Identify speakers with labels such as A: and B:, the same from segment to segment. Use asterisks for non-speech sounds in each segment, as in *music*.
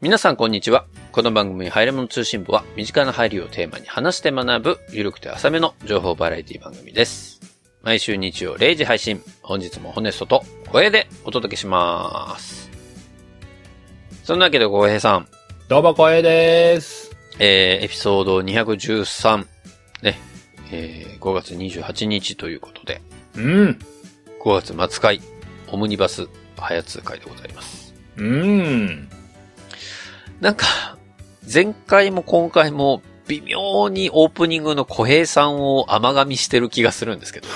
A: 皆さんこんにちは。この番組、入れ物通信部は、身近な入りをテーマに話して学ぶ、ゆるくて浅めの情報バラエティ番組です。毎週日曜0時配信、本日もホネストと声でお届けします。そんなわけで、浩平さん、
B: どうも、こえです。
A: えー、エピソード213、ね、えー、5月28日ということで、
B: うん。
A: 5月末回、オムニバス早通会でございます。
B: うん。
A: なんか、前回も今回も微妙にオープニングの小平さんを甘噛みしてる気がするんですけ
B: *laughs*
A: ど。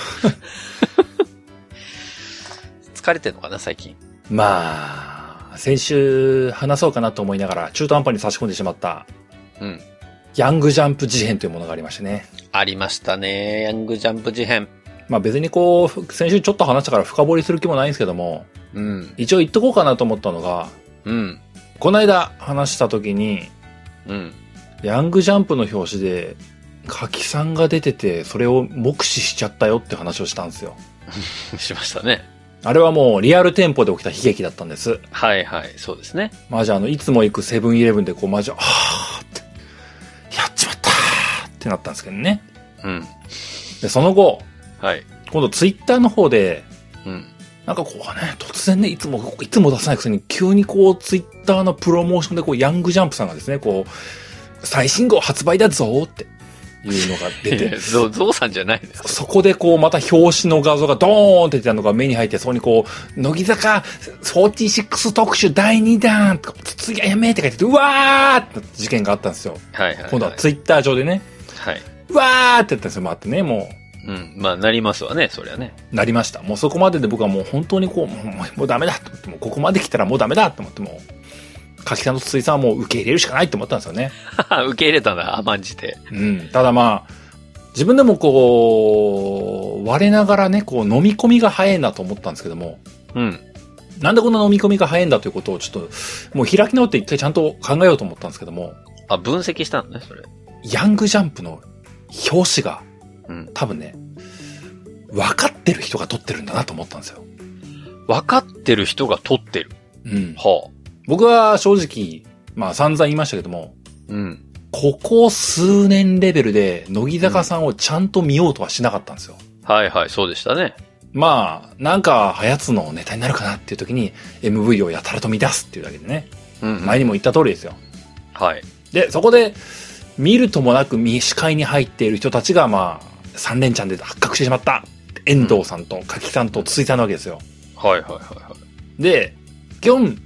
A: 疲れてんのかな、最近。
B: まあ、先週話そうかなと思いながら、中途半端に差し込んでしまった、
A: うん。
B: ヤングジャンプ事変というものがありましてね。
A: ありましたね。ヤングジャンプ事変。
B: まあ別にこう、先週ちょっと話したから深掘りする気もないんですけども、
A: うん。
B: 一応言っとこうかなと思ったのが、
A: うん。
B: この間話した時に、
A: うん。
B: ヤングジャンプの表紙で、柿さんが出てて、それを目視しちゃったよって話をしたんですよ。
A: しましたね。
B: あれはもうリアル店舗で起きた悲劇だったんです。
A: はいはい、そうですね。
B: マジあの、いつも行くセブンイレブンでこう、マジ、あーって、やっちまったーってなったんですけどね。
A: うん。
B: で、その後、
A: はい。
B: 今度ツイッターの方で、
A: うん。
B: なんかこうね、突然ね、いつも、いつも出さないくせに、急にこう、ツイッターのプロモーションで、こう、ヤングジャンプさんがですね、こう、最新号発売だぞーっていうのが出
A: いや
B: て、
A: ゾゾウさんじゃないですか。
B: そこでこう、また表紙の画像がドーンって出たのが目に入って、そこにこう、乃木坂46特集第2弾とか、つややめって書いてて、うわーって事件があったんですよ。
A: はいはい、はい。
B: 今度はツイッター上でね、
A: はい。
B: うわーってやったんですよ、回ってね、も
A: うん。まあ、なりますわね、そりゃね。 *laughs*
B: う、なりました。もうそこまでで僕はもう本当にこう、もう、もうもうダメだと思って、もうここまで来たらもうダメだと思って、もう、柿さんと筒井さんはもう受け入れるしかないと思ったんですよね。
A: 受け入れたんだ、甘んじて。
B: うん。ただまあ、自分でもこう、我ながらね、こう飲み込みが早いなと思ったんですけども、
A: うん。
B: なんでこんな飲み込みが早いんだということをちょっと、もう開き直って一回ちゃんと考えようと思ったんですけども、
A: あ、分析したのね、それ。
B: ヤングジャンプの表紙が
A: うん。
B: 多分ね、分かってる人が撮ってるんだなと思ったんですよ。
A: 分かってる人が撮ってる。
B: うん。
A: は
B: 僕は正直、まあ散々言いましたけども、
A: あ。うん。
B: ここ数年レベルで乃木坂さんをちゃんと見ようとはしなかったんですよ。
A: はいはい、そうでしたね。
B: まあ、なんか、はやつのネタになるかなっていう時に、MV をやたらと見出すっていうだけでね、
A: うん
B: 前にも言った通りですよ。
A: はい。
B: で、そこで、見るともなく見視界に入っている人たちが、まあ、三連チャンで発覚してしまった。遠藤さんと柿さんと筒井さんなわけですよ。
A: はいはいはいは
B: で、基本、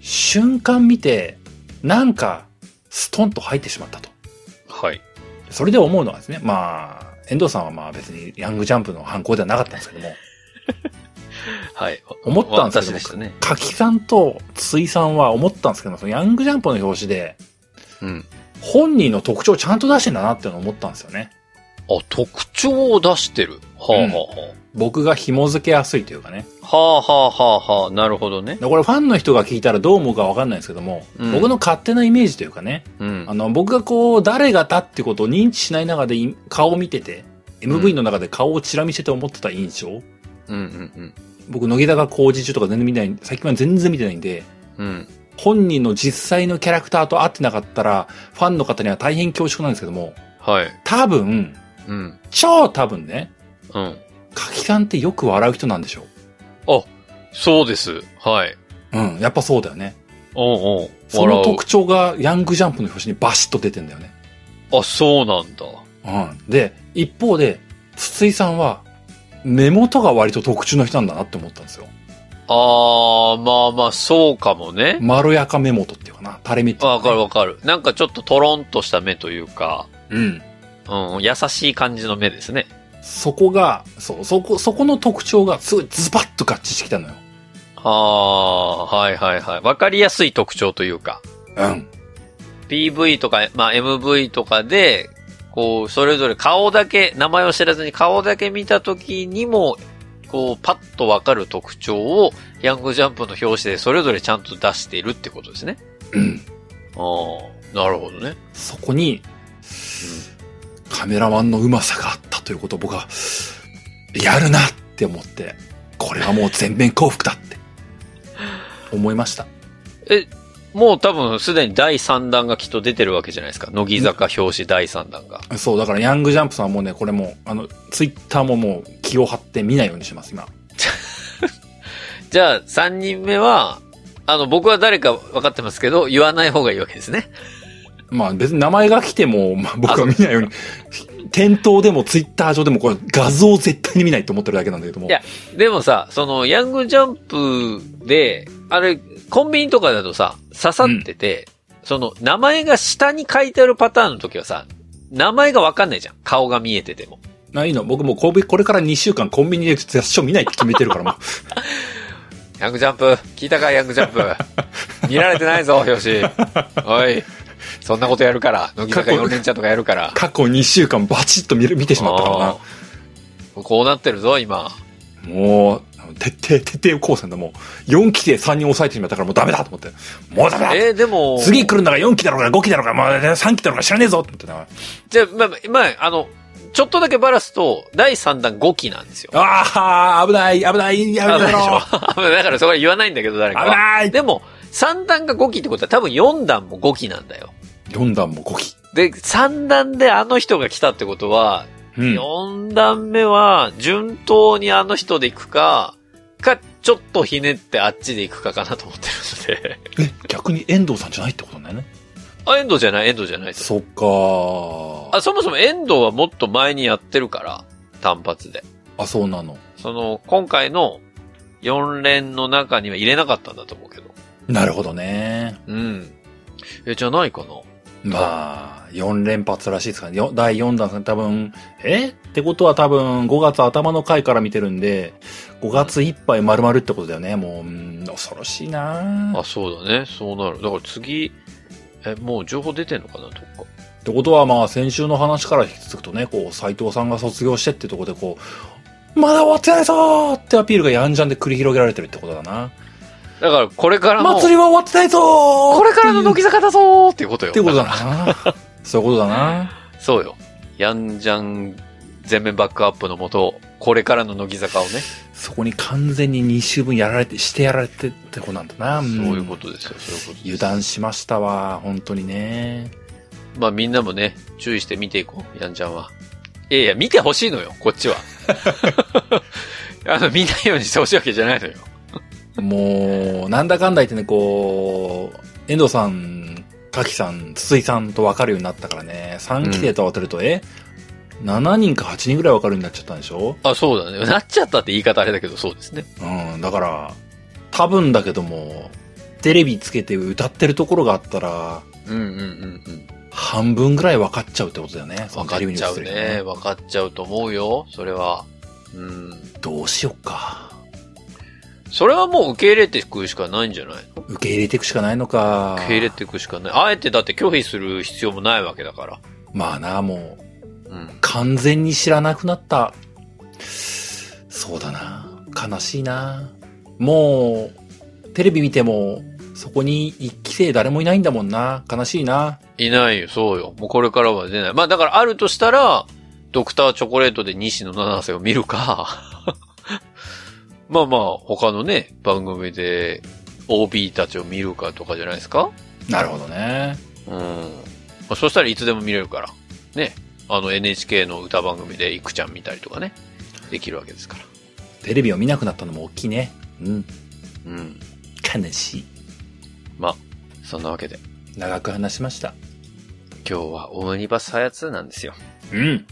B: 瞬間見て、なんか、ストンと入ってしまったと。
A: い。はい。
B: それで思うのはですね、まあ、遠藤さんはまあ別にヤングジャンプの犯行ではなかったんですけども、
A: はい。
B: 思ったんですけど
A: 私でしたね。
B: 柿さんと筒井さんは思ったんですけども、そのヤングジャンプの表紙で、
A: うん。
B: 本人の特徴をちゃんと出してんだなっていうのを思ったんですよね。
A: あ、特徴を出してる。はあ
B: うん
A: は
B: 僕が紐付けやすいというかね。
A: あはあ。はあはあはあはあ。なるほどね。
B: でこれファンの人が聞いたらどう思うかわかんないですけども、
A: うん
B: 僕の勝手なイメージというかね、
A: うん
B: あ。の、僕がこう、誰がだってことを認知しない中でい顔を見てて、MV の中で顔をチラ見してて思ってた印象、
A: うんうん
B: 僕、乃木坂工事中とか全然見てない、最近は全然見てないんで、
A: うん。うん。
B: 本人の実際のキャラクターと会ってなかったら、ファンの方には大変恐縮なんですけども、
A: はい。
B: 多分、
A: うん。
B: 超多分ね、
A: うん。
B: 柿さんってよく笑う人なんでしょ
A: あ、そうです。はい。
B: う。うん、やっぱそうだよね。
A: おうおう。
B: その
A: 笑
B: 特徴がヤングジャンプの表紙にバシッと出てんだよね。
A: う。あ、そうなんだ。
B: うん。で、一方で、筒井さんは、目元が割と特徴の人なんだなって思ったんですよ。
A: あー、まあまあ、そうかもね。
B: まろやか目元っていうかな。垂れ目っていう
A: わかる
B: わ。
A: わかる。なんかちょっとトロンとした目というか、
B: うん。
A: うん、優しい感じの目ですね。
B: そこが、そう、そこ、そこの特徴がすごいズバッと合致してきたのよ。
A: あー、はいはいはい。わかりやすい特徴というか、
B: うん。
A: PV とか、まあ MV とかで、こう、それぞれ顔だけ、名前を知らずに顔だけ見た時にも、こう、パッとわかる特徴を、ヤングジャンプの表紙でそれぞれちゃんと出しているってことですね。
B: うん。
A: あー、なるほどね。
B: そこに、カメラマンのうまさがあったということを僕は、やるなって思って、これはもう全面降伏だって、思いました。
A: え、もう多分すでに第3弾がきっと出てるわけじゃないですか。乃木坂表紙第3弾が。
B: そう、だからヤングジャンプさんもね、これもう、あの、ツイッターももう気を張って見ないようにします、今。
A: じゃあ3人目は、あの僕は誰か分かってますけど、言わない方がいいわけですね。
B: まあ別に名前が来ても、まあ僕は見ないように、店頭でもツイッター上でもこれ画像を絶対に見ないと思ってるだけなんだけども。
A: いやでもさ、そのヤングジャンプで、あれ、コンビニとかだとさ、刺さってて、その名前が下に書いてあるパターンの時はさ、名前が分かんないじゃん。顔が見えてても。
B: ないの僕もうこうこれから2週間コンビニで雑誌を見ないって決めてるからもう。 *laughs*
A: ヤングジャンプ聞いたかヤングジャン
B: *laughs*
A: プ見られてないぞ、表紙。おい。そんなことやるから。乃木坂4連チャンとかやるから。
B: 過去2週間バチッと見る見てしまったから
A: あーこうなってるぞ、今。
B: な。もう、徹底、徹底抗戦だもう。4期で3人抑えてしまったからもうダメだと思って。もうダメだ
A: えーでも、
B: 次来るんだから4期だろうが5期だろうが、まあ、3期だろうが知らねえぞって思ってな。
A: じゃあ、まあ、まあ、あの、ちょっとだけバラすと、第3弾5期なんですよ。
B: ああ、危ない、危ない、やめ
A: 危な
B: ろ
A: い。でしょ *laughs* だからそれは言わないんだけど、誰か
B: 危
A: は。
B: ない
A: でも、3弾が5期ってことは多分4弾も5期なんだよ。
B: !4 段も5期。
A: で、3弾であの人が来たってことは、
B: うん。
A: 4弾目は、順当にあの人で行くか、か、ちょっとひねってあっちで行くかかなと思ってるので。 *laughs*
B: え、逆に遠藤さんじゃないってことだよね。
A: あ、遠藤じゃない、遠藤じゃないです。
B: そっか
A: あ、そもそも遠藤はもっと前にやってるから、単発で。
B: あ、そうなの。
A: その、今回の4連の中には入れなかったんだと思うけど。
B: なるほどね。
A: うん。え、じゃないかな
B: まあ、4連発らしいですからね。よ第4弾さん多分、えってことは多分5月頭の回から見てるんで、5月いっぱい丸々ってことだよね。もう、うん、恐ろしいな
A: あ、そうだね。そうなる。だから次、え、もう情報出てんのかなとか。
B: ってことはまあ、先週の話から引き続くとね、こう、斎藤さんが卒業してってとこでこう、まだ終わってないぞーってアピールがやんじゃんで繰り広げられてるってことだな。
A: だからこれからの、
B: 祭りは終わってないぞー
A: これからの乃木坂だぞーっていうことよ。
B: っていうことだな。 *laughs* そういうことだな。
A: そうよ。ヤンジャン全面バックアップのもと、これからの乃木坂をね、
B: そこに完全に2週分やられて、してやられてってことなんだな。
A: そうんいうことですよ、そういうことです
B: 油断しましたわ、本当にね。
A: まあみんなもね、注意して見ていこう、ヤンちゃんは。いやいや、見てほしいのよ、こっ *laughs* ちは。あの、見ないようにしてほしいわけじゃないのよ。
B: もう、なんだかんだ言ってね、こう、遠藤さん、かきさん、筒井さんと分かるようになったからね、3期生と当てると、え ?7 人か8人ぐらい分かるようになっちゃったんでしょ
A: あ、そうだね。なっちゃったって言い方あれだけど、そうですね。
B: うん、だから、多分だけども、テレビつけて歌ってるところがあったら、
A: うんうんうん
B: 半分ぐらい分かっちゃうってことだよね。
A: うん。わかっちゃう
B: その下流に映って
A: ね。
B: る
A: わかっちゃうと思うよ、それは。うん。
B: どうしよっか。
A: それはもう受け入れていくしかないんじゃないの
B: 受け入れていくしかないのか。
A: 受け入れていくしかない。あえてだって拒否する必要もないわけだから。
B: まあな、もう、
A: うん。
B: 完全に知らなくなった。そうだな。悲しいな。もう、テレビ見ても、そこに一期生誰もいないんだもんな。悲しいな。
A: いないよ、そうよ。もうこれからは出ない。まあだからあるとしたら、ドクターチョコレートで西野七瀬を見るか、 *laughs* まあまあ他のね、番組で OB たちを見るかとかじゃないですか
B: なるほどね。
A: うん。まあ、そしたらいつでも見れるから。ね。あの NHK の歌番組でいくちゃん見たりとかね。できるわけですから。
B: テレビを見なくなったのも大きいね。うん。
A: うん。
B: 悲しい。
A: まあ、そんなわけで、
B: 長く話しました。
A: 今日はオムニバスハイツなんですよ。
B: うん。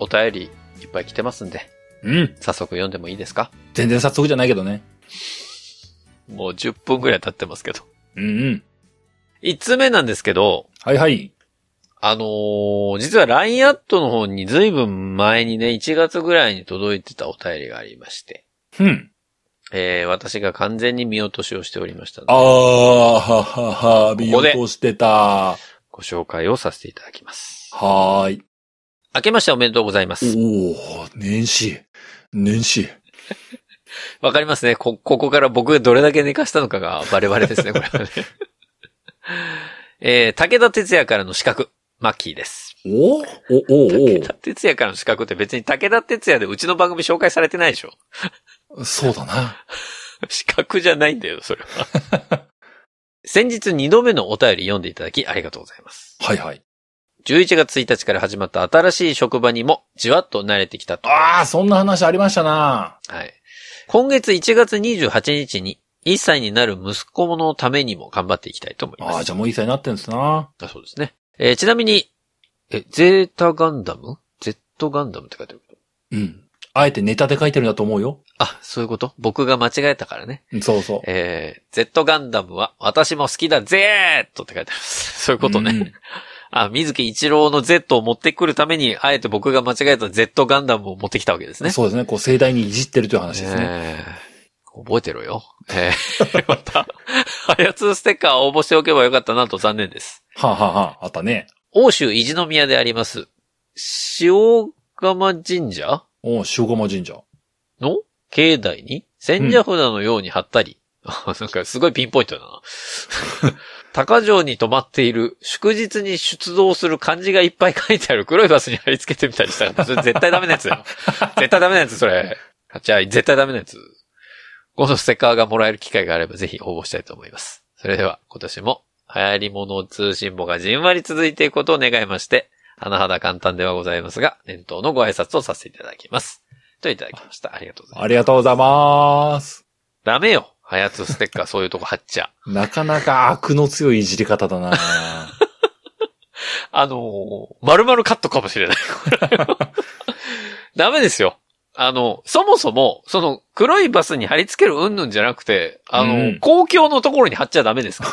A: お便りいっぱい来てますんで、
B: うん。
A: 早速読んでもいいですか
B: 全然早速じゃないけどね。
A: もう10分ぐらい経ってますけど。
B: うんうん。
A: 一つ目なんですけど、
B: はいはい。
A: あのー実は LINE アットの方に随分前にね、1月ぐらいに届いてたお便りがありまして、
B: うん。
A: えー、私が完全に見落としをしておりましたので
B: あー、ははは、見
A: こ
B: 落としてた。は
A: ご紹介をさせていただきます。
B: ーい。
A: 明けましておめでとうございます。
B: おお年始。年始。
A: わかりますね。こ、ここから僕がどれだけ寝かしたのかがバレバレです
B: *laughs*
A: ね、これはね。えー、武田哲也からの資格、マッキーです。
B: おおお
A: 武田哲也からの資格って別に武田哲也でうちの番組紹介されてないでしょ
B: おそうだな。
A: *laughs* 資格じゃないんだよ、それは。先日2度目のお便り読んでいただきありがとうございます。
B: はいはい。
A: 11月1日から始まった新しい職場にもじわっと慣れてきたと。
B: ああ、そんな話ありましたな。
A: はい。今月1月28日に1歳になる息子のためにも頑張っていきたいと思います。
B: ああ、じゃあもういい歳になってんですな。
A: あ、そうですね。えーちなみに、え、ゼータガンダム ?Z ガンダムって書いてあるけど。
B: うん。あえてネタで書いてるんだと思うよ。
A: あ、そういうこと僕が間違えたからね。
B: うんそうそう。
A: えー、Z ガンダムは私も好きだ Z って書いてあります。そういうことね。
B: うん
A: あ、水木一郎の Z を持ってくるために、あえて僕が間違えた Z ガンダムを持ってきたわけですね。
B: そうですね。こう、盛大にいじってるという話ですね。
A: えー覚えてろよ。えー *laughs* また、ハヤツーステッカーを応募しておけばよかったなと残念です。
B: はあ、はあはあ、あったね。
A: 欧州伊豆宮であります、塩釜神社
B: おう、塩釜神社。
A: の境内に、千社札のように貼ったり、 *laughs* なんかすごいピンポイントだな。 *laughs* 高城に泊まっている、祝日に出動する漢字がいっぱい書いてある黒いバスに貼り付けてみたりしたら、それ *laughs* 絶対ダメなやつよ。絶対ダメなやつ、それ。じゃあ、絶対ダメなやつ。このステッカーがもらえる機会があればぜひ応募したいと思います。それでは、今年も流行り物通信簿がじんわり続いていくことを願いまして、甚だ簡単ではございますが、念頭のご挨拶をさせていただきます。といただきました。ありがとうございます。
B: ありがとうございます。
A: ダメよ。ハヤツステッカーそういうとこ貼っちゃ。
B: なかなか悪の強いいじり方
A: *laughs*
B: だな。
A: あのー、丸々カットかもしれない。 *laughs* ダメですよ。あの、そもそも、その、黒いバスに貼り付けるうんぬんじゃなくて、あの、
B: うん
A: 公共のところに貼っちゃダメですか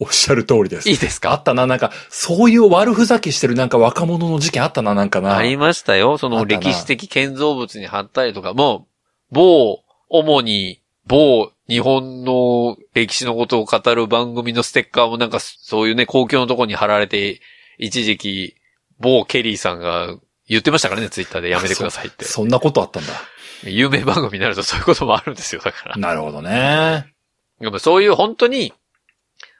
B: おっしゃる通りです。
A: いいです
B: あ
A: か
B: ったな、なんか、そういう悪ふざけしてるなんか若者の事件あったな、なんかな。
A: ありましたよ。そ
B: あ
A: の、
B: ったな
A: 歴史的建造物に貼ったりとか、もう、某、主に、某、日本の歴史のことを語る番組のステッカーもなんか、そういうね、公共のところに貼られて、一時期、某ケリーさんが言ってましたからね、ツイッターでやめてくださいって。
B: そんなことあったんだ。
A: 有名番組になるとそういうこともあるんですよ、だから。
B: なるほどね。
A: でもそういう本当に、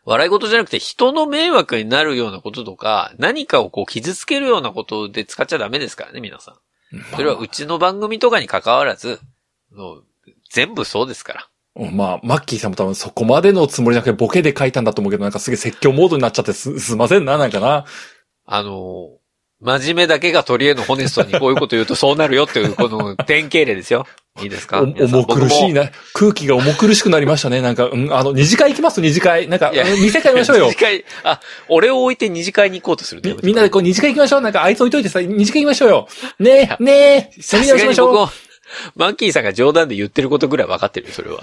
A: 笑い事じゃなくて人の迷惑になるようなこととか、何かをこう傷つけるようなことで使っちゃダメですからね、皆さん。それはうちの番組とかに関わらず、もう全部そうですから。
B: うんまあ、マッキーさんも多分そこまでのつもりじゃなくてボケで書いたんだと思うけど、なんかすげえ説教モードになっちゃってす、 *laughs* すいませんな、なんかな。
A: あのー、真面目だけが取り柄のホネストにこういうこと言う
B: *laughs*
A: とそうなるよっていう、この典型例ですよ。いいですか
B: お
A: 皆さん
B: 重苦しい
A: 僕も
B: な。空気が重苦しくなりましたね。なんか、う
A: *laughs*
B: ん、あの、二次会行きます、二次会。なんか、うん
A: いや
B: 二次会行きまし
A: *laughs*
B: ょうよ
A: 二次。会、あ、俺を置いて二次会に行こうとする
B: みみんなでこう二次会行きましょう。なんかあいつ置いといてさ、二次会行きましょうよ。ねえ、ねえ、飲
A: さ
B: み
A: す
B: 直
A: が
B: し
A: に
B: ましょ
A: 僕
B: う。
A: も、マンキーさんが冗談で言ってることぐらい分かってるよ、それは。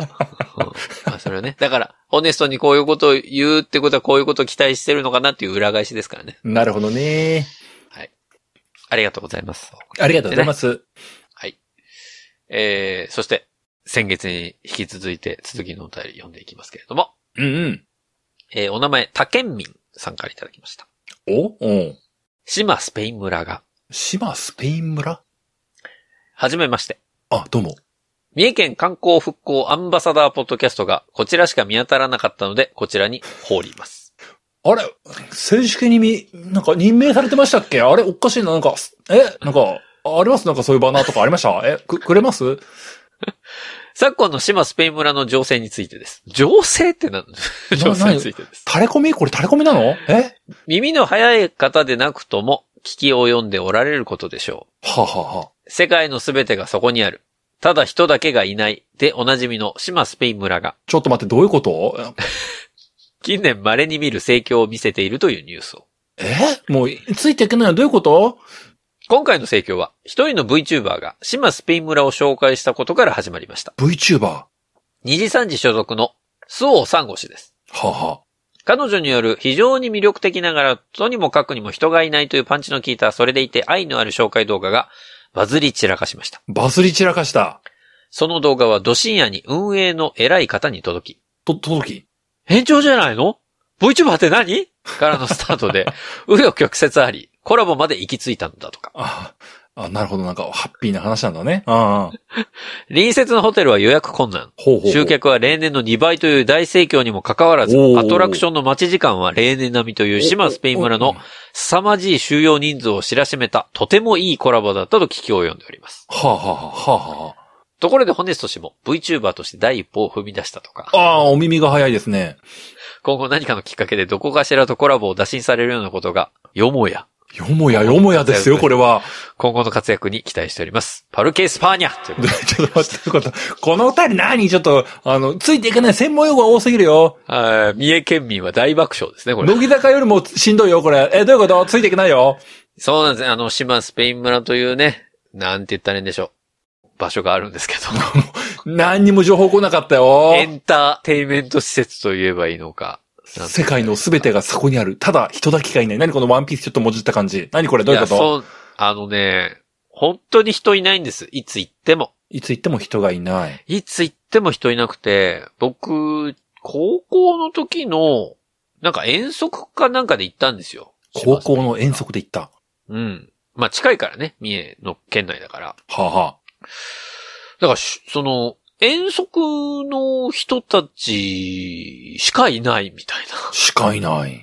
A: うんまあ、それはね。だから、ホネストにこういうことを言うってことはこういうことを期待してるのかなっていう裏返しですからね。
B: なるほどね。
A: ありがとうございます。
B: ありがとうございます。
A: えー、そして、先月に引き続いて続きのお便り読んでいきますけれども、
B: うんうん。
A: えー、お名前、他県民さんからいただきました。
B: おうん。
A: 島スペイン村が、
B: 島スペイン村
A: はじめまして。
B: あ、どうも。
A: 三重県観光復興アンバサダーポッドキャストがこちらしか見当たらなかったので、こちらに放ります。
B: あれ、正式にみ、なんか任命されてましたっけあれ、おかしいな。なんか、え、なんか、ありますなんかそういうバナーとかありましたえ、く、くれます
A: 昨今の島スペイン村の情勢についてです。情勢って何情勢についてです。
B: 垂れ込みこれ垂れ込みなのえ
A: 耳の早い方でなくとも、聞き及んでおられることでしょ
B: はあはあは
A: う。
B: あ
A: 世界のすべてがそこにある。ただ人だけがいない。で、おなじみの島スペイン村が、
B: ちょっと待って、どういうこと
A: 近年稀に見る盛況を見せているというニュースを。
B: えもう、ついていけないのはどういうこと
A: 今回の盛況は、一人の VTuber が島スペイン村を紹介したことから始まりました。
B: ?VTuber。は
A: 二次三次所属の、スオーサンゴ氏です。
B: あは
A: 彼女による非常に魅力的ながら、とにもかくにも人がいないというパンチの効いた、それでいて愛のある紹介動画がバズり散らかしました。
B: あ。バズり散らかした。
A: その動画はど深夜に運営の偉い方に届き、
B: と、届き。
A: 延長じゃないの ?VTuber って何からのスタートで、紆余曲折あり、コラボまで行き着いたんだとか。
B: ああ、なるほど。なんか、ハッピーな話なんだね。うんうん。
A: 隣接のホテルは予約困難。
B: ほうほうほう。
A: 集客は例年の2倍という大盛況にもかかわらず
B: お、ー
A: アトラクションの待ち時間は例年並みという島スペイン村の凄まじい収容人数を知らしめた、とてもいいコラボだったと聞き及んでおります。
B: はあはあはあはあはあ。
A: ところでホネスト氏も VTuber として第一歩を踏み出したとか、
B: ああ、お耳が早いですね。
A: 今後何かのきっかけでどこかしらとコラボを打診されるようなことが、よもや、
B: よもやよもやですよ、これは。
A: 今後の活躍に期待しております。パルケ・スパーニャということで
B: *laughs* ちょっと待って、このこの二人何ちょっと、あの、ついていけない専門用語が多すぎるよ。
A: あー三重県民は大爆笑ですね、これ。
B: 乃木坂よりもしんどいよ、これ。え、どういうことついていけないよ。
A: そうなんですね。あの、島スペイン村というね、なんて言ったらいいんでしょう。場所があるんですけど。
B: 何にも情報来なかったよ。
A: エンターテイメント施設と言えばいいのか。なん
B: 世界のすべてがそこにある。ただ人だけがいない。何このワンピースちょっともじった感じ。何これどういうこ
A: いや
B: と
A: そう、あのね、本当に人いないんです。いつ行っても。
B: いつ行っても人がいない。
A: いつ行っても人いなくて、僕、高校の時の、なんか遠足かなんかで行ったんですよ。
B: 高校の遠足で行った。
A: うん。まあ近いからね、三重の県内だから。
B: はあ、は
A: だからし、その、遠足の人たちしかいないみたい
B: あ、
A: な。 *laughs*
B: しかいない。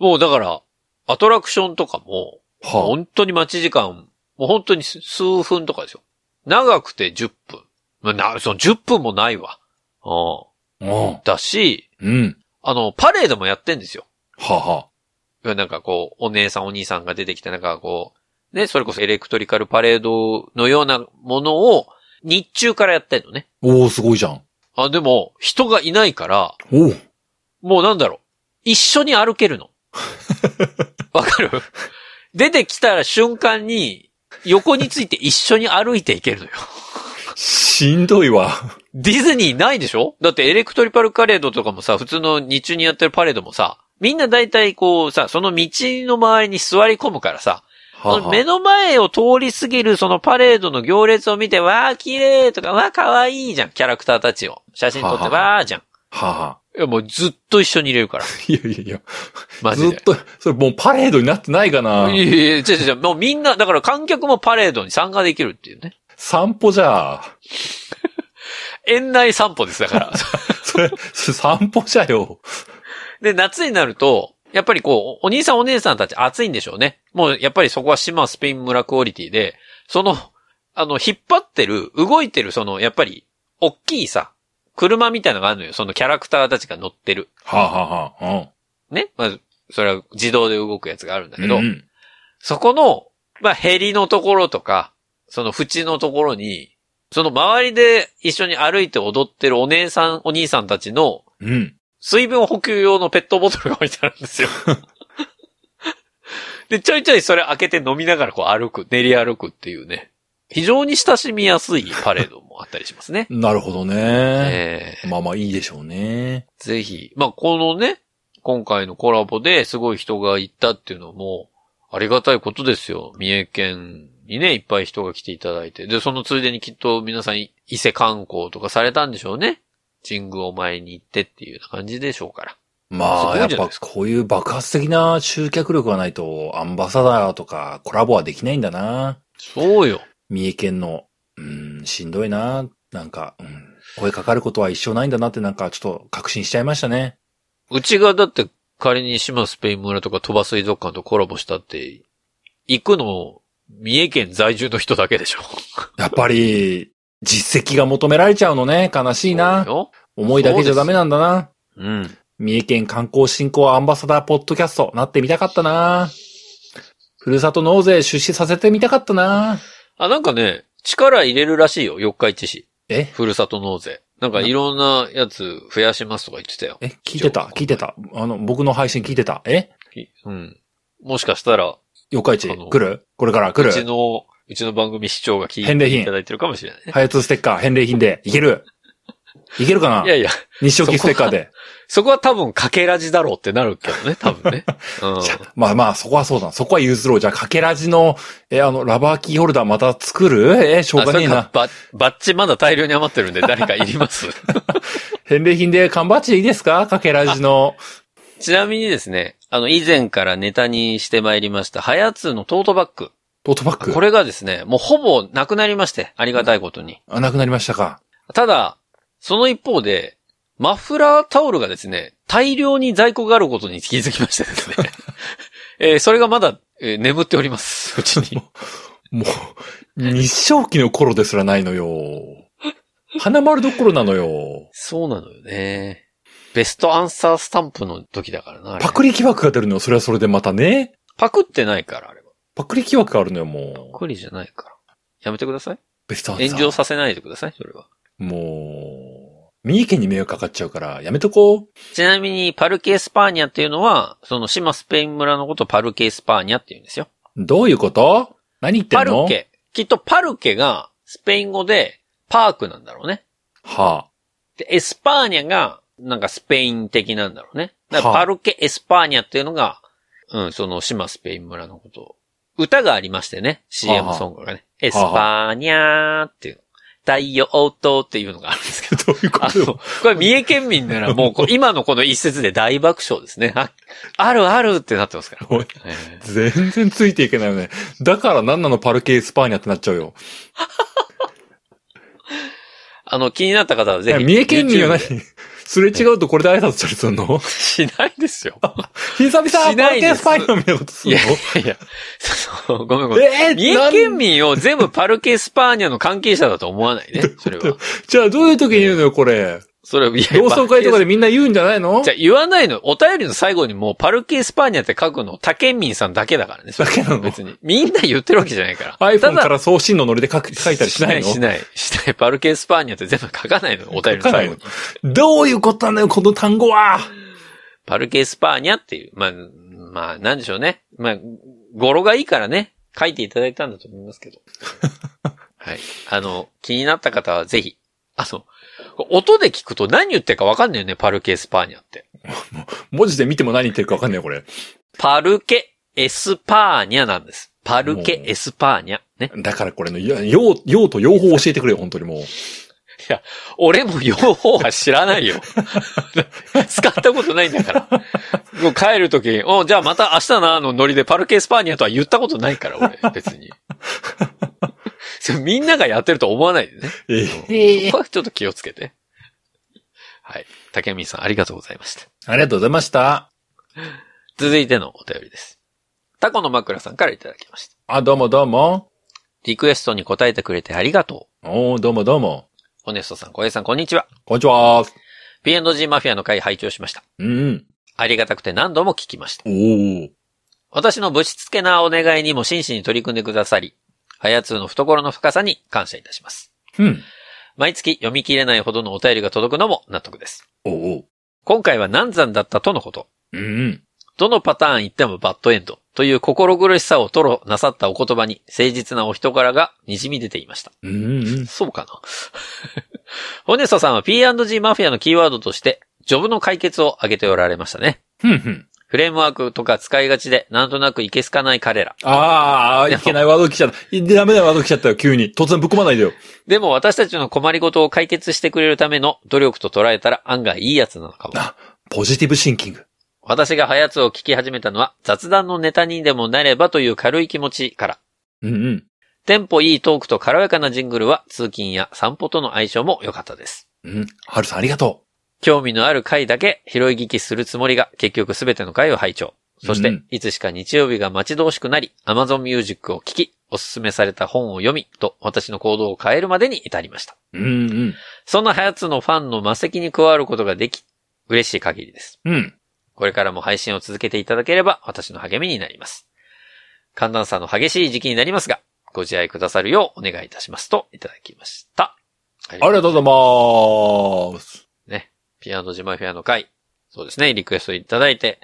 A: もうだから、アトラクションとかも、
B: は
A: 本当に待ち時間、もう本当に数数分とかですよ。長くて10分。まあ、な、その10分もないわ。う
B: あ、うん
A: ん。だし、
B: うん。
A: あの、パレードもやってんですよ。
B: はあ、は
A: なんかこう、お姉さんお兄さんが出てきて、なんかこう、ね、それこそエレクトリカルパレードのようなものを、日中からやってんのね。
B: あ、おおすごいじゃん。
A: あ、でも、人がいないから、
B: おお
A: もうなんだろう。一緒に歩けるの。わかる出てきたら瞬間に、横について一緒に歩いていけるのよ。
B: しんどいわ。
A: ディズニーないでしょだってエレクトリパルパレードとかもさ、普通の日中にやってるパレードもさ、みんな大体こうさ、その道の周りに座り込むからさ、
B: はあ、
A: その目
B: は
A: の前を通り過ぎるそのパレードの行列を見て、わー綺麗とか、わー可愛いじゃん、キャラクターたちを。写真撮って、
B: はは
A: わーじゃん。
B: あ、はあ、はあ。
A: いやもうずっと一緒にいれ
B: *laughs*
A: るから、
B: いやいやいや。
A: マジ
B: ずっ
A: で。
B: と、それもうパレードになってないかない
A: やいやいや、違う違う違う、もうみんな、だから観客もパレードに参加できるっていうね。
B: 散歩じゃ *laughs* あ。
A: 園内散歩です、だから。
B: それ、それ散歩じゃよ。
A: で、夏になると、やっぱりこう、お兄さんお姉さんたち暑いんでしょうね。もうやっぱりそこは島スペイン村クオリティで、その、あの、引っ張ってる、動いてる、その、やっぱり、大きいさ、車みたいなのがあるのよ。そのキャラクターたちが乗ってる。
B: はあ、はあ、はあ。
A: ね。まず、それは自動で動くやつがあるんだ
B: うん。
A: けど、
B: うんうん
A: そこの、まあ、ヘリのところとか、その縁のところに、その周りで一緒に歩いて踊ってるお姉さん、お兄さんたちの
B: うん。。
A: 水分補給用のペットボトルが置いてあるん *laughs* ですよ。で、ちょいちょいそれ開けて飲みながらこう歩く、練り歩くっていうね。非常に親しみやすいパレードもあったりしますね
B: なるほどね。
A: *laughs* え
B: まあまあいいでしょうね。
A: ーぜひ、まあ、このね、今回のコラボですごい人が行ったっていうのも、ありがたいことですよ。三重県にね、いっぱい人が来ていただいて。で、そのついでにきっと皆さんい伊勢観光とかされたんでしょうね。神宮を前に行ってっていうような感じでしょうから。
B: まあ、
A: すご
B: や
A: い
B: っ
A: じゃない
B: ぱ
A: です
B: こういう爆発的な集客力がないと、アンバサダーとかコラボはできないんだな。
A: そうよ。
B: 三重県の、うん、しんどいな。なんか、うん、声かかることは一生ないんだなってなんかちょっと確信しちゃいましたね。
A: うちがだって仮に島スペイン村とか鳥羽水族館とコラボしたって、行くの、三重県在住の人だけでしょ。
B: やっぱり、実績が求められちゃうのね。悲しいな
A: そう。よ
B: 思いだけじゃダメなんだな。
A: うん。
B: 三重県観光振興アンバサダーポッドキャストなってみたかったな。ふるさと納税出資させてみたかったな。
A: あ、なんかね、力入れるらしいよ、四日市市。
B: え
A: ふるさと納税。なんかいろんなやつ増やしますとか言ってたよ。
B: え、聞いてた聞いてたあの、僕の配信聞いてたえ
A: きうん。もしかしたら、
B: 四日市
A: あの
B: 来るこれから来
A: うち
B: る
A: の、うちの番組視聴が聞
B: 返
A: い
B: 礼
A: て
B: 品
A: いただいてるかもしれないね。
B: 配通ステッカー返礼品で。いけるいけるかない
A: やいや、
B: 日照記ステッカーで。
A: そこは多分かけらじだろうってなるけどね、多
B: *laughs*
A: 分ね。うん。
B: じゃまあまあ、そこはそうだ。そこは譲ろう。じゃあ、かけらじの、え、あの、ラバーキーホルダーまた作るえ、しょうがねえ
A: あ
B: な
A: そ。れかババッチまだ大量に余ってるん *laughs* で誰かいります
B: 返礼品で缶バッジいいですかかけらじの。
A: ちなみにですね、あの、以前からネタにしてまいりました、ハヤツーのトートバッグ。
B: トートバッグ。
A: これがですね、もうほぼなくなりまして、ありがたいことに。
B: あ、なくなりましたか。
A: ただ、その一方で、マフラータオルがですね、大量に在庫があることに *laughs* 気づきましてですね。えーそれがまだ、えー眠っております、うちに。
B: もう、日照期の頃ですらないのよ。花丸どころなのよ。
A: そうなのよね。ベストアンサースタンプの時だからな。あれ
B: パクリ疑惑が出るのよ。それはそれでまたね。
A: パクってないから、あれは。
B: パクリ疑惑があるのよ、
A: パ
B: もう。
A: クリじゃないから。やめてください。
B: ベストアンサー。
A: 炎上させないでください、それは。
B: もう、三重県に迷惑かかっちゃうから、やめとこう。
A: ちなみに、パルケ・エスパーニャっていうのは、その島スペイン村のことをパルケ・エスパーニャって言うんですよ。
B: どういうこと何言って
A: パ
B: んの
A: ル。ケ。きっとパルケがスペイン語でパークなんだろうね。
B: は
A: で、エスパーニャがなんかスペイン的なんだろうね。だから
B: はあ
A: パルケ・エスパーニャっていうのが、うん、その島スペイン村のことを。歌がありましてね、CM ソングがね。エスパーニャーっていう。太陽とっていうのがあるんですけど
B: あ。 *laughs* どういうこ
A: あ
B: と
A: の、
B: よ
A: これ三重県民ならもう
B: *laughs*
A: こう、今のこの一節で大爆笑ですね。あ、あるあるってなってますから。
B: おい
A: え
B: 全然ついていけないよね。だから何なのパルケ・エスパーニャってなっちゃうよ。
A: ーあの、気になった方はぜ
B: いや
A: ひ。
B: 三重県民は何
A: YouTube
B: すれ違うとこれで挨拶したりするの
A: しないですよ。
B: 久々パ
A: しな
B: ル
A: い
B: ケ・
A: で
B: エ
A: す
B: スパーニャみたいなことす
A: い
B: る
A: や
B: の
A: いやいや、そうごめんごめん。
B: えー
A: 三重県民を全部パルケ・スパーニャの関係者だと思わ
B: *laughs*
A: ないね。それは。
B: じゃあどういう時に言うのよ、これ。
A: それは、いや
B: 同窓会とか
A: パルケ
B: でみんな言うんじゃないの
A: じゃあ言わないの。お便りの最後にもうパルケ・スパーニャって書くの、他県民さんだけだからね。それ
B: だけなの
A: 別に。みんな言ってるわけじゃないから。た
B: iPhone
A: だ
B: から送信のノリで書く書いたりしないの
A: しない、しない。パルケ・スパーニャって全部書かないの、お便りの最後に。
B: どういうことなのよ、この単語は。
A: パルケ・スパーニャっていう、まあ、まあ、なんでしょうね。まあ、語呂がいいからね、書いていただいたんだと思いますけ
B: *laughs*
A: ど。はい。あの、気になった方はぜひ、あの、音で聞くと何言ってるかわかんないよね、パルケ・スパーニャって。
B: 文字で見ても何言ってるかわかんないよ、これ。
A: パルケ・エスパーニャなんです。パルケ・エスパーニャ。ね。
B: だからこれの、いや用、用と用法を教えてくれよ、本当にもう。
A: 俺も用法は知らないよ。使ったことないんだから。もう帰るとき、おじゃあまた明日な、あのノリでパルケ・スパーニャとは言ったことないから、俺、別に。それみんながやってると思わないでね。
B: ええ
A: そこはちょっと気をつけて。はい。竹見さん、ありがとうございました。
B: ありがとうございました。
A: 続いてのお便りです。タコの枕さんからいただきました。
B: あ、どうもどうも。
A: リクエストに答えてくれてありがとう。
B: おー、どうもどうも。
A: ホネストさん、小平さん、こんにちは。
B: こんにちは。
A: P&G マフィアの会拝聴しました。
B: うん。
A: ありがたくて何度も聞きました。
B: おー。
A: 私のぶしつけなお願いにも真摯に取り組んでくださり、ハヤツーの懐の深さに感謝いたします。
B: うん。
A: 毎月読み切れないほどのお便りが届くのも納得です。
B: おー。
A: 今回は難産だったとのこと。
B: うん。
A: どのパターン言ってもバッドエンドという心苦しさを吐露なさったお言葉に誠実なお人柄が滲み出ていました。
B: うん。
A: そうかな。 *laughs* ホネストさんは P&G マフィアのキーワードとして、ジョブの解決を挙げておられましたね。
B: ふんふん。
A: フレームワークとか使いがちで、なんとなくいけすかない彼ら。
B: あー、いけないワード来ちゃった。いダメなワード来ちゃったよ、急に。突然ぶっ込まないでよ。
A: でも私たちの困りごとを解決してくれるための努力と捉えたら案外いいやつなのかも。
B: あ、ポジティブシンキング。
A: 私がハヤツを聞き始めたのは雑談のネタにでもなればという軽い気持ちから。
B: うんうん。
A: テンポいいトークと軽やかなジングルは通勤や散歩との相性も良かったです。
B: うん。はるさんありがと
A: 興味のある回だけ拾い聞きするつもりが結局すべての回を拝聴。そして、
B: うん
A: いつしか日曜日が待ち遠しくなり、Amazon Music を聞き、おすすめされた本を読み、と私の行動を変えるまでに至りました。
B: う。うんうん。
A: そんなハヤツのファンの魔石に加わることができ、嬉しい限りです。
B: うん。
A: これからも配信を続けていただければ、私の励みになります。寒暖差の激しい時期になりますが、ご自愛くださるようお願いいたしますといただきました。あり
B: ありがとう
A: ま
B: ございます。
A: す。ね。ピアノジマフィアの会。そうですね。リクエストいただいて、